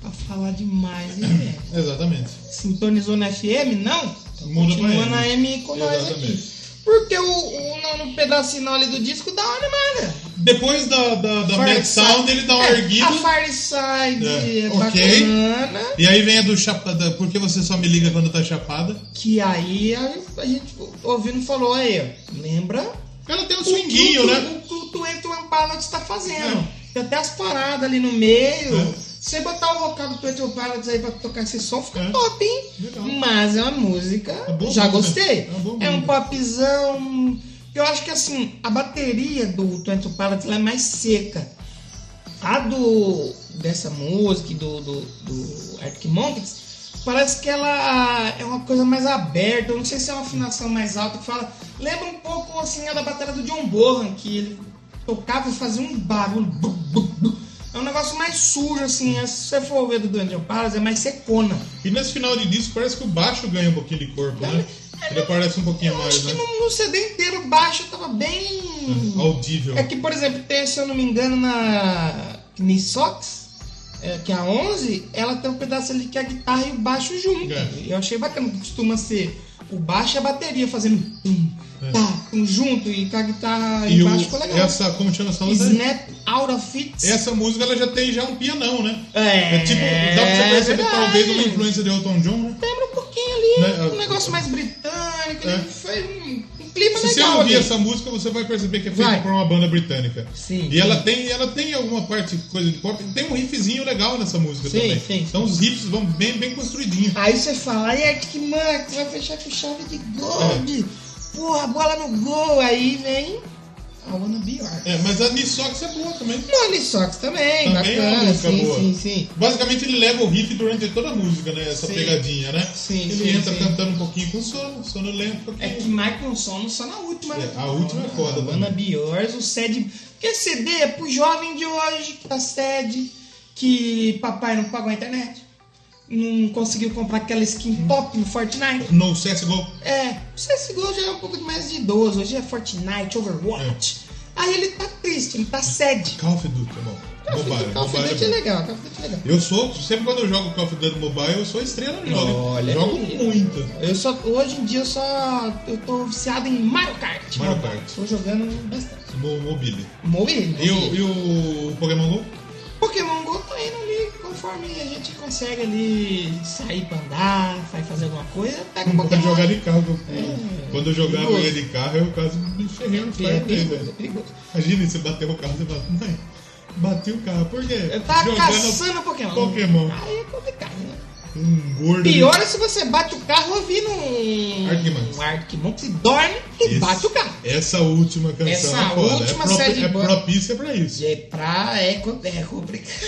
Speaker 3: Pra falar demais, hein, velho?
Speaker 1: Exatamente.
Speaker 3: Sintonizou na FM? Não? Então
Speaker 1: Muda pra
Speaker 3: continua
Speaker 1: M.
Speaker 3: na M com nós
Speaker 1: Exatamente.
Speaker 3: aqui. Porque o, o no, no pedacinho ali do disco dá uma animada.
Speaker 1: Depois da, da, da
Speaker 3: Far
Speaker 1: Mad Sound, ele dá uma
Speaker 3: é,
Speaker 1: erguida.
Speaker 3: A Farside é,
Speaker 1: É, ok.
Speaker 3: bacana.
Speaker 1: E aí vem a do chapada. Por que você só me liga quando tá chapada?
Speaker 3: Que aí a, a gente ouvindo falou aí, ó. Lembra?
Speaker 1: Ela tem um
Speaker 3: o que
Speaker 1: swinguinho,
Speaker 3: o-
Speaker 1: né?
Speaker 3: O que o Twenty One Pilots tá fazendo. Tem até as paradas ali no meio.
Speaker 1: É.
Speaker 3: Se você botar o vocal do Twenty One Pilots aí pra tocar esse som, fica
Speaker 1: É.
Speaker 3: top, hein?
Speaker 1: Legal.
Speaker 3: Mas é uma música.
Speaker 1: boa música.
Speaker 3: já gostei.
Speaker 1: É uma boa
Speaker 3: É, um
Speaker 1: música.
Speaker 3: popzão. Eu acho que assim, a bateria do Twenty One Pilots ela é mais seca. A do. dessa música, e do, do, do Arctic Monkeys, parece que ela é uma coisa mais aberta. Eu não sei se é uma afinação mais alta que fala. Lembra um pouco assim a da bateria do John Bohan, que ele tocava e fazia um barulho. bu, bu, bu. É um negócio mais sujo, assim. é- Se você for ver do Dungeon Palace, é mais secona.
Speaker 1: E nesse final de disco parece que o baixo ganha um pouquinho de corpo, né? Ele aparece um pouquinho
Speaker 3: Eu acho
Speaker 1: mais,
Speaker 3: que
Speaker 1: né?
Speaker 3: no, no CD inteiro o baixo tava bem.
Speaker 1: Audível.
Speaker 3: É que, por exemplo, tem, se eu não me engano, na Nissox, é, que é a 11, ela tem um pedaço ali que é a guitarra e o baixo junto.
Speaker 1: É.
Speaker 3: E Eu achei bacana, que costuma ser o baixo e a bateria fazendo pum,
Speaker 1: É.
Speaker 3: tá, pum, junto e com a guitarra e,
Speaker 1: E
Speaker 3: o
Speaker 1: o, é
Speaker 3: baixo ficou legal.
Speaker 1: essa, como chama essa outra?
Speaker 3: Snap out of it.
Speaker 1: Essa música ela já tem já um pianão, né?
Speaker 3: É,
Speaker 1: É tipo, dá pra você perceber
Speaker 3: verdade.
Speaker 1: talvez uma influência de Elton John, né?
Speaker 3: Lembra um pouquinho ali,
Speaker 1: Né,
Speaker 3: um
Speaker 1: a-
Speaker 3: negócio mais britânico,
Speaker 1: É.
Speaker 3: ele fez um, um clima
Speaker 1: Se você
Speaker 3: legal
Speaker 1: ouvir
Speaker 3: ali.
Speaker 1: essa música, você vai perceber que é feita
Speaker 3: Vai.
Speaker 1: por uma banda britânica.
Speaker 3: Sim.
Speaker 1: E ela tem, ela tem alguma parte coisa de pop, tem um riffzinho legal nessa música
Speaker 3: Sim,
Speaker 1: também.
Speaker 3: sim.
Speaker 1: Então os riffs vão bem, bem construidinhos.
Speaker 3: Aí você fala, é e Arctic Monkeys vai fechar com chave de gold. Porra, bola no gol. Aí vem a Wanna Be Arctic.
Speaker 1: É, mas a Nissox é boa também.
Speaker 3: Money Sox também,
Speaker 1: Também é uma
Speaker 3: bacana.
Speaker 1: música
Speaker 3: sim,
Speaker 1: boa.
Speaker 3: sim, sim.
Speaker 1: Basicamente ele leva o riff durante toda a música, né? Essa
Speaker 3: Sim.
Speaker 1: pegadinha, né?
Speaker 3: Sim,
Speaker 1: ele
Speaker 3: sim,
Speaker 1: entra
Speaker 3: sim.
Speaker 1: cantando um pouquinho com sono, sono lento um pouquinho.
Speaker 3: É que marca um som só na última, né?
Speaker 1: É, a última é foda,
Speaker 3: A Wanna Be Yours, o sede. Porque CD é pro jovem de hoje que tá sede, que papai não pagou a internet, não conseguiu comprar aquela
Speaker 1: Hum.
Speaker 3: skin top no Fortnite.
Speaker 1: No CSGO.
Speaker 3: É, o CSGO já é um pouco mais de idoso, hoje é Fortnite, Overwatch.
Speaker 1: É.
Speaker 3: Aí ele tá triste, ele tá sede.
Speaker 1: Call of Duty, é bom. Mobile,
Speaker 3: Call of
Speaker 1: mobile é
Speaker 3: Duty é
Speaker 1: bom.
Speaker 3: legal, Call of Duty é legal.
Speaker 1: Eu sou, sempre quando eu jogo Call of Duty Mobile, eu sou estrela no jogo.
Speaker 3: Olha
Speaker 1: jogo
Speaker 3: aí.
Speaker 1: muito.
Speaker 3: Eu só, hoje em dia eu só. Eu tô viciado em Mario Kart.
Speaker 1: Mario Kart.
Speaker 3: Tô jogando bastante.
Speaker 1: No mobile.
Speaker 3: Mobile.
Speaker 1: E o, e o Pokémon GO?
Speaker 3: Pokémon Go tá indo ali conforme a gente consegue ali sair pra andar, vai fazer alguma coisa, pega um
Speaker 1: Não pode
Speaker 3: Pokémon.
Speaker 1: jogar de carro. eu- Quando eu jogava
Speaker 3: Perigoso.
Speaker 1: eu ia de carro, eu quase me ferrei no
Speaker 3: É
Speaker 1: flyer dele,
Speaker 3: perigoso, é
Speaker 1: velho.
Speaker 3: perigoso.
Speaker 1: Imagina, você bateu o carro, você fala, mãe, bati o carro, por quê?
Speaker 3: Eu tava
Speaker 1: Jogando
Speaker 3: Tá caçando Pokémon.
Speaker 1: Pokémon.
Speaker 3: Aí é complicado, né?
Speaker 1: Um gordo.
Speaker 3: Pior é se você bate o carro ouvindo um.
Speaker 1: Arctic Monkeys.
Speaker 3: Um Arctic Monkeys, dorme e
Speaker 1: Esse-
Speaker 3: bate o carro.
Speaker 1: Essa última canção
Speaker 3: Essa
Speaker 1: é foda.
Speaker 3: última
Speaker 1: é, propi-
Speaker 3: série de
Speaker 1: é
Speaker 3: ban-
Speaker 1: propícia pra isso.
Speaker 3: É pra. É, co- é complicado.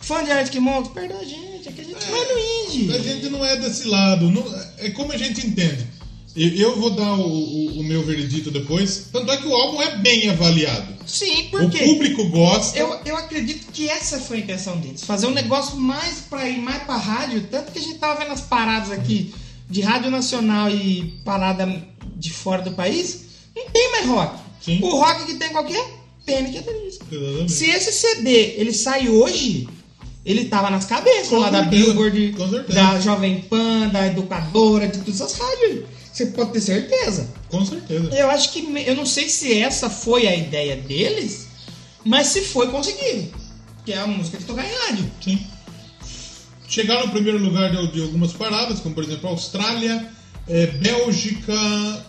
Speaker 3: Fã de Arctic Monkeys, perdão a gente, é que a gente vai no indie.
Speaker 1: A gente não é desse lado. não- é como a gente entende. Eu, eu vou dar o, o- o meu veredito depois. Tanto é que o álbum é bem avaliado.
Speaker 3: Sim,
Speaker 1: O
Speaker 3: porque
Speaker 1: público gosta.
Speaker 3: eu, eu acredito que essa foi a intenção deles. Fazer um negócio mais pra ir mais pra rádio, tanto que a gente tava vendo as paradas aqui de Rádio Nacional e parada de fora do país, não tem mais rock.
Speaker 1: Sim.
Speaker 3: O rock que tem qualquer pena que é deles.
Speaker 1: Exatamente.
Speaker 3: Se esse CD ele sai hoje, ele tava nas cabeças
Speaker 1: Com
Speaker 3: lá da
Speaker 1: certeza,
Speaker 3: Billboard,
Speaker 1: com certeza.
Speaker 3: da Jovem Pan, da Educadora, de todas as rádios. aí. Você pode ter certeza.
Speaker 1: Com certeza.
Speaker 3: Eu acho que. me- Eu não sei se essa foi a ideia deles, mas se foi, conseguiram. Que é a música de tocar em rádio.
Speaker 1: Sim. Chegaram no primeiro lugar de, de algumas paradas, como por exemplo Austrália, eh, Bélgica,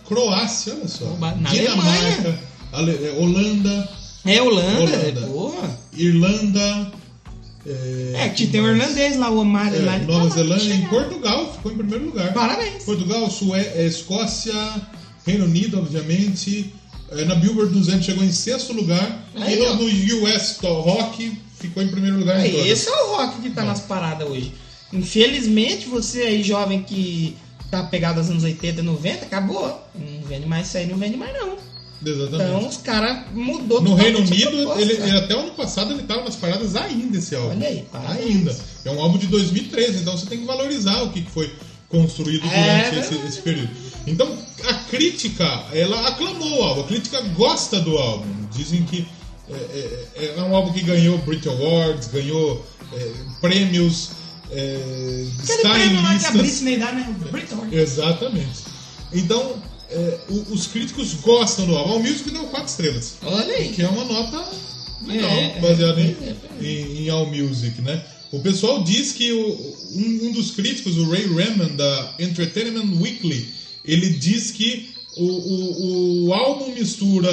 Speaker 1: Croácia, olha só.
Speaker 3: Oba, na
Speaker 1: Dinamarca,
Speaker 3: Alemanha.
Speaker 1: Ale- eh, Holanda,
Speaker 3: É Holanda,
Speaker 1: Holanda.
Speaker 3: é porra.
Speaker 1: Irlanda. eh,
Speaker 3: É, que tem o irlandês lá, o Omar
Speaker 1: É,
Speaker 3: lá. ele tá
Speaker 1: Nova
Speaker 3: lá,
Speaker 1: Zelândia e
Speaker 3: chegaram.
Speaker 1: Portugal ficou em primeiro lugar.
Speaker 3: Parabéns.
Speaker 1: Portugal, Sué, é, Escócia, Reino Unido, obviamente. É, na Billboard 200 chegou em sexto lugar.
Speaker 3: Aí,
Speaker 1: e no,
Speaker 3: ó.
Speaker 1: no US Top Rock ficou em primeiro lugar. em
Speaker 3: Aí,
Speaker 1: todas.
Speaker 3: esse é o rock que tá nas paradas hoje. Infelizmente, você aí, jovem que tá pegado aos anos 80, 90, acabou. Não vende mais isso aí, não vende mais não.
Speaker 1: Exatamente.
Speaker 3: Então, os caras mudou
Speaker 1: no
Speaker 3: totalmente
Speaker 1: Reino
Speaker 3: a
Speaker 1: Unido,
Speaker 3: proposta,
Speaker 1: ele,
Speaker 3: cara.
Speaker 1: ele até o ano passado ele estava nas paradas ainda esse álbum.
Speaker 3: Olha aí, parabéns.
Speaker 1: ainda. É um álbum de 2013, então você tem que valorizar o que que foi construído
Speaker 3: É,
Speaker 1: durante esse,
Speaker 3: verdade.
Speaker 1: esse período. Então a crítica, ela aclamou o álbum, a crítica gosta do álbum. Dizem que É, é- é um álbum que ganhou Brit Awards, ganhou é, prêmios, é,
Speaker 3: Aquele
Speaker 1: está em
Speaker 3: prêmio lá que a
Speaker 1: listas.
Speaker 3: Britney dá, né? O Brit Award.
Speaker 1: Exatamente. Então, é, o- os críticos gostam do álbum. O Music deu 4 estrelas.
Speaker 3: Olha aí.
Speaker 1: Que é uma nota legal,
Speaker 3: É,
Speaker 1: baseada em,
Speaker 3: é,
Speaker 1: em, em All Music, né? O pessoal diz que o- um, um dos críticos, o Ray Raymond, da Entertainment Weekly, ele diz que o, o, o álbum mistura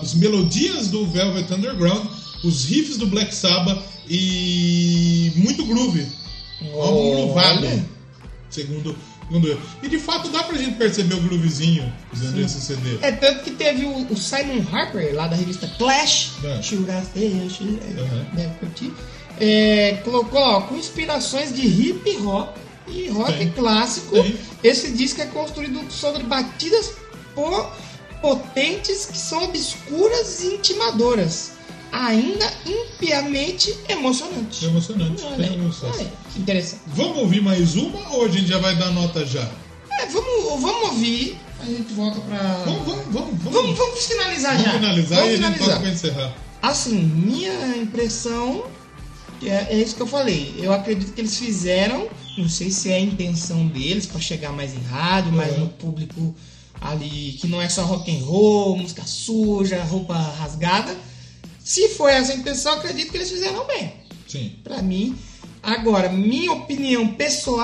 Speaker 1: as melodias do Velvet Underground, os riffs do Black Sabbath e muito groove. Um álbum groovado, segundo, segundo eu. E de fato dá pra gente perceber o groovezinho dentro desse CD.
Speaker 3: É tanto que teve o, o Simon Harper, lá da revista Clash,
Speaker 1: É.
Speaker 3: Churaceia, Churaceia,
Speaker 1: Uhum.
Speaker 3: deve curtir, é, colocou ó, com inspirações de hip hop e rock
Speaker 1: Sim.
Speaker 3: clássico.
Speaker 1: Sim.
Speaker 3: Esse disco é construído sobre batidas po- potentes que são obscuras e intimadoras, ainda impiamente emocionantes.
Speaker 1: É Emocionante.
Speaker 3: Olha
Speaker 1: tem
Speaker 3: aí,
Speaker 1: um sucesso.
Speaker 3: olha aí, que interessante.
Speaker 1: Vamos ouvir mais uma ou a gente já vai dar nota já?
Speaker 3: É, vamos, vamos ouvir, a gente volta pra.
Speaker 1: Vamos, vamos, vamos.
Speaker 3: Vamos, vamos finalizar
Speaker 1: Vamos
Speaker 3: já.
Speaker 1: finalizar
Speaker 3: Vamos
Speaker 1: e a gente
Speaker 3: finalizar.
Speaker 1: toca pra encerrar.
Speaker 3: Assim, minha impressão é, é isso que eu falei. Eu acredito que eles fizeram, não sei se é a intenção deles para chegar mais em rádio, mais
Speaker 1: Uhum.
Speaker 3: no público ali que não é só rock and roll, música suja, roupa rasgada. Se foi essa a intenção, eu acredito que eles fizeram bem.
Speaker 1: Sim.
Speaker 3: Pra mim, agora, minha opinião pessoal,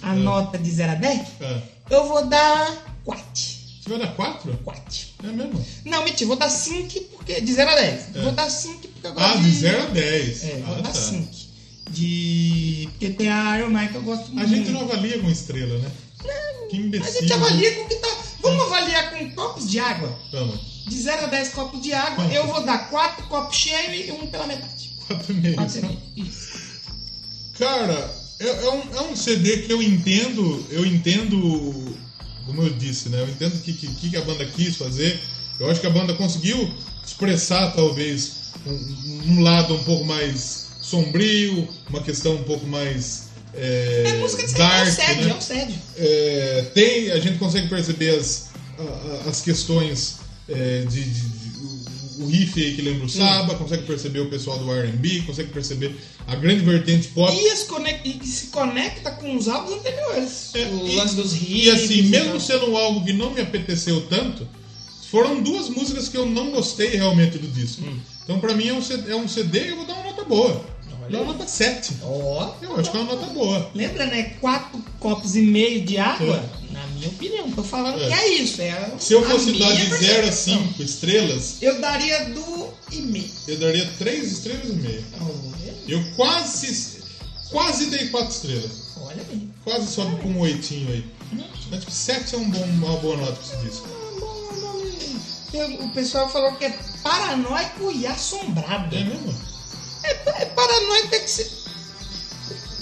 Speaker 3: a
Speaker 1: Uhum.
Speaker 3: nota de 0 a 10,
Speaker 1: É.
Speaker 3: eu vou dar 4.
Speaker 1: Você vai dar 4?
Speaker 3: 4.
Speaker 1: É mesmo?
Speaker 3: Não, mentira, vou dar 5 porque. De 0 a 10.
Speaker 1: É.
Speaker 3: Vou dar 5 porque eu gosto
Speaker 1: Ah, de 0 a 10.
Speaker 3: É, vou
Speaker 1: ah,
Speaker 3: dar 5. De. Porque tem a Iron Man que eu gosto muito. É,
Speaker 1: A gente não avalia com estrela, né? Que imbecil.
Speaker 3: A gente
Speaker 1: né?
Speaker 3: avalia com o que tá. Vamos avaliar com copos de água.
Speaker 1: Vamos.
Speaker 3: De 0 a 10 copos de água,
Speaker 1: Quanto?
Speaker 3: eu vou dar 4 copos cheios e 1 um pela metade.
Speaker 1: 4,5.
Speaker 3: 4,5. Isso.
Speaker 1: Cara, é, é um, é um CD que eu entendo, eu entendo, como eu disse, né? Eu entendo o que, que, que a banda quis fazer. Eu acho que a banda conseguiu expressar, talvez, um, um lado um pouco mais sombrio, uma questão um pouco mais. É,
Speaker 3: É música de
Speaker 1: dark,
Speaker 3: é um sede,
Speaker 1: né?
Speaker 3: é um sede.
Speaker 1: É, tem, a gente consegue perceber as, a- a- as questões é, de, de- de- o- o riff aí que
Speaker 3: Hum.
Speaker 1: lembra o Saba, consegue perceber o pessoal do R&B, consegue perceber a grande vertente pop.
Speaker 3: E, as conec- e que se conecta com os álbuns anteriores.
Speaker 1: É,
Speaker 3: o
Speaker 1: e-
Speaker 3: lance dos rios.
Speaker 1: E assim, mesmo sendo um álbum que não me apeteceu tanto, foram duas músicas que eu não gostei realmente do disco.
Speaker 3: Hum.
Speaker 1: Então pra mim é um CD, é um CD que eu vou dar uma nota boa. Dá uma nota 7.
Speaker 3: Ó,
Speaker 1: Eu acho que é uma nota boa.
Speaker 3: Lembra, né? Quatro copos e meio de água? Na minha opinião, tô falando
Speaker 1: É.
Speaker 3: que é isso. É
Speaker 1: Se eu
Speaker 3: a
Speaker 1: fosse
Speaker 3: minha é
Speaker 1: dar de 0 a
Speaker 3: percepção.
Speaker 1: 5 estrelas,
Speaker 3: Eu daria do e meio.
Speaker 1: eu daria 3 estrelas e meia.
Speaker 3: Olha,
Speaker 1: Eu quase quase dei 4 estrelas.
Speaker 3: olha aí.
Speaker 1: Quase sobe com um oitinho aí. Acho que 7 é um bom, uma boa nota pra esse disco.
Speaker 3: Ah, bom, bom, eu- O pessoal falou que é paranoico e assombrado.
Speaker 1: É mesmo?
Speaker 3: É, é paranoico, tem que ser.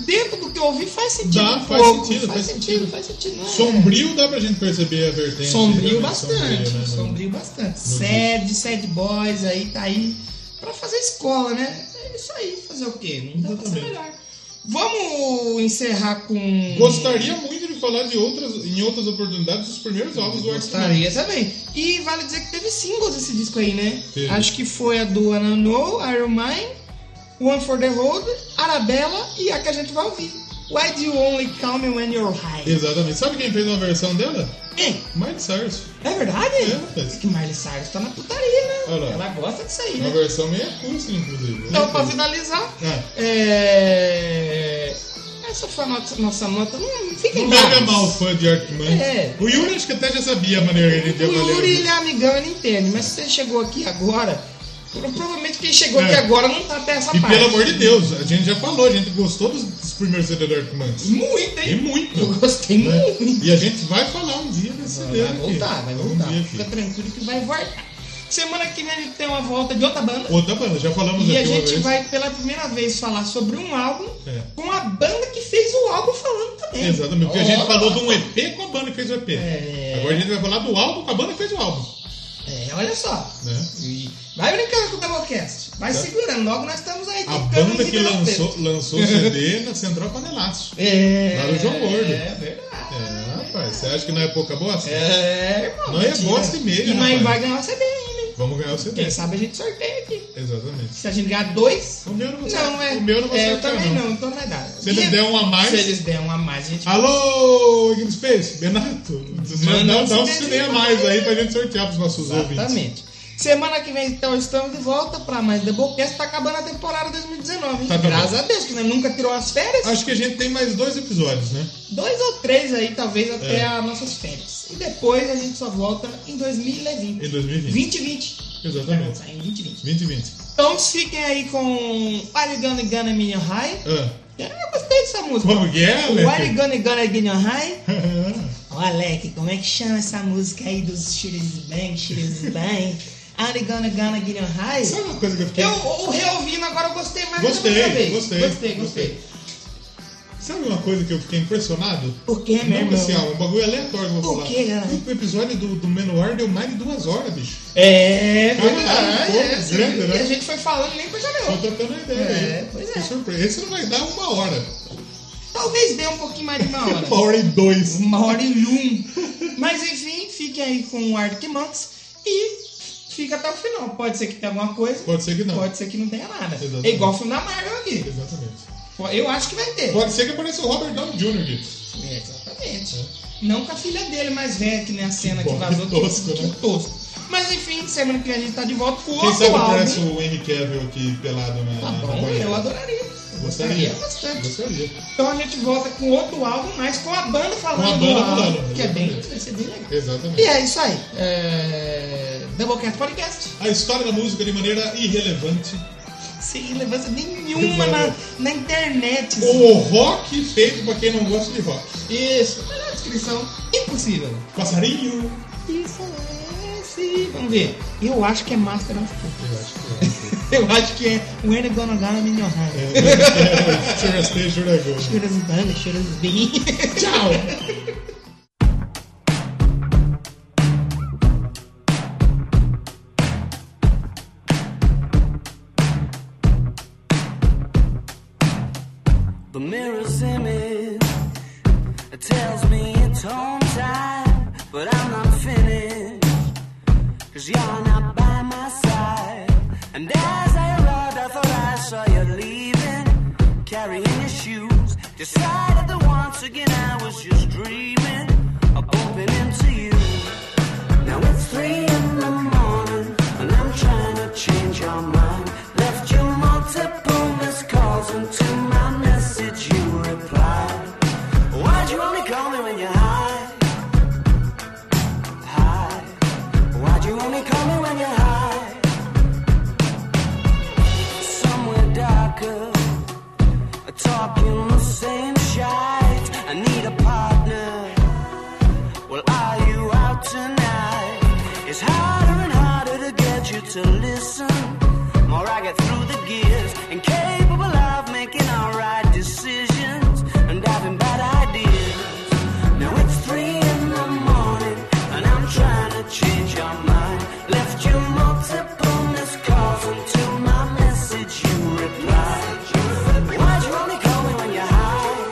Speaker 3: Dentro do que eu ouvi faz sentido.
Speaker 1: Dá,
Speaker 3: um
Speaker 1: faz
Speaker 3: pouco.
Speaker 1: sentido, faz
Speaker 3: faz sentido, faz sentido. não é?
Speaker 1: Sombrio dá pra gente perceber a vertente.
Speaker 3: Sombrio
Speaker 1: né?
Speaker 3: bastante,
Speaker 1: né?
Speaker 3: sombrio bastante. Sad, sad boys aí, tá aí pra fazer escola, né? É isso aí, fazer o quê? Não dá pra ser
Speaker 1: Exatamente.
Speaker 3: melhor. Vamos encerrar com...
Speaker 1: Gostaria muito de falar de outras, em outras oportunidades dos primeiros álbuns do Arctic
Speaker 3: Gostaria também. E vale dizer que teve singles esse disco aí, né?
Speaker 1: Teve.
Speaker 3: Acho que foi a do Anano, Iron Mine, One for the Road, Arabella e a que a gente vai ouvir. Why do you only call me when you're high?
Speaker 1: Exatamente. Sabe quem fez uma versão dela?
Speaker 3: Hein?
Speaker 1: Miley Cyrus.
Speaker 3: É verdade?
Speaker 1: É, rapaz.
Speaker 3: que Miley Cyrus tá na putaria, né?
Speaker 1: Olha lá. né?
Speaker 3: Ela gosta disso aí,
Speaker 1: Uma
Speaker 3: né?
Speaker 1: versão meio acústica, inclusive.
Speaker 3: Então, pra finalizar,
Speaker 1: Ah,
Speaker 3: é... essa foi a nossa, nossa nota. Não, fiquem
Speaker 1: não leve a
Speaker 3: bravos.
Speaker 1: mal o fã de Arctic Monkeys.
Speaker 3: É.
Speaker 1: O Yuri acho que até já sabia a maneira de
Speaker 3: O Yuri,
Speaker 1: avaliar.
Speaker 3: ele é amigão, ele entende. Mas se você chegou aqui agora, pro- provavelmente quem chegou
Speaker 1: É.
Speaker 3: aqui agora não tá até essa
Speaker 1: E
Speaker 3: parte.
Speaker 1: pelo amor de Deus, a gente já falou, a gente gostou dos, dos primeiros CD do Arctic
Speaker 3: Hum.
Speaker 1: Monkeys.
Speaker 3: Muito,
Speaker 1: E
Speaker 3: hein?
Speaker 1: muito.
Speaker 3: Eu gostei
Speaker 1: né?
Speaker 3: muito.
Speaker 1: E a gente vai falar um dia desse CD.
Speaker 3: Hum. Vai
Speaker 1: aqui.
Speaker 3: voltar, vai
Speaker 1: Um
Speaker 3: voltar.
Speaker 1: dia
Speaker 3: Fica
Speaker 1: aqui.
Speaker 3: tranquilo que vai voltar. Semana que vem a gente tem uma volta de outra banda.
Speaker 1: Outra banda, já falamos
Speaker 3: E
Speaker 1: aqui
Speaker 3: a
Speaker 1: uma
Speaker 3: gente
Speaker 1: vez.
Speaker 3: vai pela primeira vez falar sobre um álbum
Speaker 1: É.
Speaker 3: com a banda que fez o álbum falando também.
Speaker 1: Exatamente, porque a gente
Speaker 3: Ó.
Speaker 1: falou de um EP com a banda que fez o EP.
Speaker 3: É.
Speaker 1: Agora a gente vai falar do álbum com a banda que fez o álbum.
Speaker 3: É, olha só.
Speaker 1: Né?
Speaker 3: E Vai brincando com o Doublecast. Vai segurando. Logo nós estamos aí.
Speaker 1: Tá. A
Speaker 3: tocando
Speaker 1: banda
Speaker 3: em
Speaker 1: que
Speaker 3: Ribeirão
Speaker 1: lançou,
Speaker 3: Preto.
Speaker 1: lançou o CD na Central Panelaço.
Speaker 3: É.
Speaker 1: Lá no João Gordo.
Speaker 3: É verdade.
Speaker 1: É, rapaz, você acha que não é pouca bosta?
Speaker 3: É, irmão.
Speaker 1: Não é
Speaker 3: mentira.
Speaker 1: bosta e meia,
Speaker 3: E nós
Speaker 1: rapaz.
Speaker 3: vai ganhar o CD ainda, hein?
Speaker 1: Vamos ganhar o CD.
Speaker 3: Quem sabe a gente sorteia aqui.
Speaker 1: Exatamente.
Speaker 3: Se a gente ganhar dois.
Speaker 1: O meu não vai
Speaker 3: Não, é.
Speaker 1: O meu não vai
Speaker 3: é, eu
Speaker 1: sortear,
Speaker 3: também
Speaker 1: não.
Speaker 3: não. então não vai dar.
Speaker 1: Se eles
Speaker 3: E-
Speaker 1: der um a mais- Ah,
Speaker 3: Se eles der um a mais, a gente
Speaker 1: Alô, Game Space, Renato, já
Speaker 3: Manda
Speaker 1: dá,
Speaker 3: um
Speaker 1: dá um
Speaker 3: CD
Speaker 1: CD a mais aí pra gente sortear pros nossos ouvintes.
Speaker 3: Exatamente. Semana que vem, então, estamos de volta para mais Doublecast. Tá acabando a temporada 2019, hein?
Speaker 1: Tá acabando.
Speaker 3: Graças a Deus, que nós nunca tirou as férias.
Speaker 1: Acho que a gente tem mais dois episódios, né?
Speaker 3: Dois ou três aí, talvez, até
Speaker 1: É.
Speaker 3: as nossas férias. E depois a gente só volta em 2020.
Speaker 1: Em 2020.
Speaker 3: 2020.
Speaker 1: Exatamente.
Speaker 3: Em 2020.
Speaker 1: 2020.
Speaker 3: Então fiquem aí com Are You Gonna Gonna Minion High.
Speaker 1: Ah,
Speaker 3: Eu gostei dessa música.
Speaker 1: como que é,
Speaker 3: O Are You
Speaker 1: Alec?
Speaker 3: Gonna Gonna Minion High. Ó, Alec, como é que chama essa música aí dos Shires Bang, Shires Bang? Are You Gonna Gonna Minion High?
Speaker 1: Sabe uma coisa que eu fiquei...
Speaker 3: Eu, eu reouvindo agora, eu gostei mais do que da
Speaker 1: Gostei,
Speaker 3: primeira vez.
Speaker 1: gostei,
Speaker 3: gostei,
Speaker 1: gostei.
Speaker 3: gostei.
Speaker 1: Sabe uma coisa que eu fiquei impressionado?
Speaker 3: Por que, meu
Speaker 1: Não com
Speaker 3: irmão?
Speaker 1: esse álbum, um bagulho aleatório que eu vou
Speaker 3: O
Speaker 1: falar.
Speaker 3: quê, cara?
Speaker 1: O episódio do, do Menor deu mais de duas horas, bicho.
Speaker 3: É,
Speaker 1: Caralho,
Speaker 3: verdade.
Speaker 1: pô,
Speaker 3: é, assim,
Speaker 1: grande, né?
Speaker 3: E a gente foi falando, nem
Speaker 1: Tô
Speaker 3: percebeu.
Speaker 1: trocando uma ideia
Speaker 3: É,
Speaker 1: aí.
Speaker 3: pois é.
Speaker 1: Que surpresa. Esse não vai dar uma hora.
Speaker 3: Talvez dê um pouquinho mais de uma
Speaker 1: Uma
Speaker 3: hora.
Speaker 1: hora e dois.
Speaker 3: uma hora e um. Mas enfim, fiquem aí com o Arctic Monks e fica até o final. Pode ser que tenha alguma coisa,
Speaker 1: Pode ser que não.
Speaker 3: pode ser que não tenha nada.
Speaker 1: Exatamente.
Speaker 3: É igual o filme da Marvel aqui.
Speaker 1: Exatamente.
Speaker 3: Eu acho que vai ter.
Speaker 1: Pode ser que apareça o Robert Downey Jr. aqui.
Speaker 3: É, exatamente. Não com a filha dele mais velha, que nem a cena que
Speaker 1: Bom,
Speaker 3: vazou.
Speaker 1: que tosco,
Speaker 3: que
Speaker 1: né?
Speaker 3: tosco. Mas enfim, semana que vem a gente tá de volta com
Speaker 1: Quem
Speaker 3: outro
Speaker 1: sabe
Speaker 3: álbum.
Speaker 1: aparece o Henry Cavill aqui pelado na.
Speaker 3: Tá
Speaker 1: na
Speaker 3: bom,
Speaker 1: banheira. é
Speaker 3: eu adoraria.
Speaker 1: Gostaria.
Speaker 3: bastante.
Speaker 1: Gostaria.
Speaker 3: Então a gente volta com outro álbum, mas com a banda falando.
Speaker 1: Com a banda
Speaker 3: do álbum,
Speaker 1: falando,
Speaker 3: Que é bem,
Speaker 1: exatamente.
Speaker 3: vai ser bem legal. E
Speaker 1: Exatamente.
Speaker 3: é isso aí. É... Doublecast Podcast.
Speaker 1: A história da música de maneira irrelevante.
Speaker 3: Sem relevância nenhuma na, na internet.
Speaker 1: O rock feito pra quem não gosta de rock.
Speaker 3: Isso. Melhor descrição impossível.
Speaker 1: Passarinho.
Speaker 3: Isso é sim. Vamos ver. Eu acho que é Master of
Speaker 1: Eu
Speaker 3: Puppets.
Speaker 1: acho que
Speaker 3: Eu acho que é o N Gonna Gonna Minion High.
Speaker 1: é. Sugar Stage Sugar Gold.
Speaker 3: Cheiras bandas, cheiras bem.
Speaker 1: É. Tchau!
Speaker 5: The mirror's image it tells me it's home time, but I'm not finished. Cause you're not by my side. And as I arrived, I thought I saw you leaving, carrying your shoes. Decided that once again I was just dreaming of bumping into you. Now it's three in the morning, and I'm trying to change your mind. Left you multiple missed calls, and to my message you replied. Why'd you only call me when you're high? High. Why'd you only call me when you're high? Somewhere darker, talking the same shite. I need a partner. Well, are you out tonight? It's harder and harder to get you to listen. More I get through the gears, incapable of making alright decisions and having bad ideas. Now it's three in the morning, and I'm trying to change your mind. Left you multiple missed calls until my message you replied. Why'd you only call me when you're high?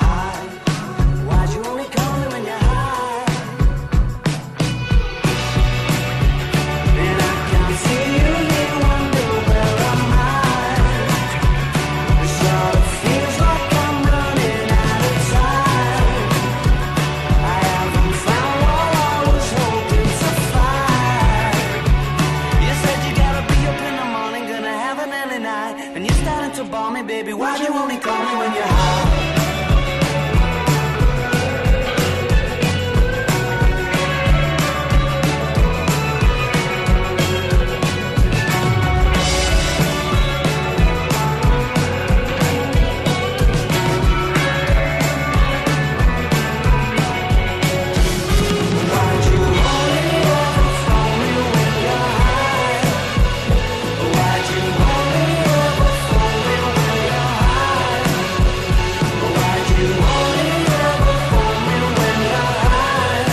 Speaker 5: High. Why'd you only call me when you're high? And I can see you leave wonder where I'm at. It sort of feels like I'm running out of time. I haven't found what I was hoping to find. You said you gotta be up in the morning, gonna have an early night, and you're starting to bore me, baby. Why'd you only call me when you're high? Why'd you only ever phone me when you're high? Why'd you only ever phone me when you're high? Why'd you only ever phone me when you're high?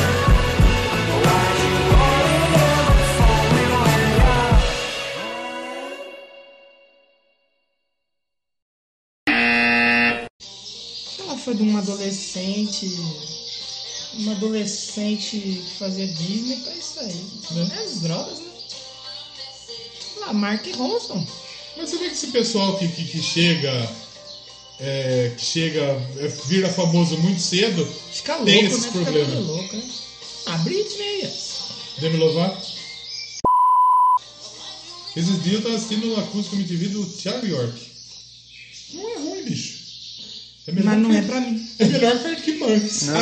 Speaker 5: Why'd you only ever phone me when
Speaker 3: um
Speaker 5: you're high?
Speaker 3: Ela foi de uma adolescente uma um adolescente que fazia Disney pra isso aí. Né? As drogas, né? A Mark Ronson.
Speaker 1: Mas você vê que esse pessoal que, que, que chega. é, que chega. é, vira famoso muito cedo.
Speaker 3: Fica louco,
Speaker 1: Tem
Speaker 3: né?
Speaker 1: esses
Speaker 3: Fica
Speaker 1: problemas.
Speaker 3: meio louco, né? A Britney aí, ó.
Speaker 1: Demi Lovato. Esses dias eu tava assistindo um acústico MTV do Thiago York. Não é ruim, bicho. É melhor
Speaker 3: Mas não
Speaker 1: que-
Speaker 3: é pra mim.
Speaker 1: É melhor que Arctic Monkeys.
Speaker 6: Não.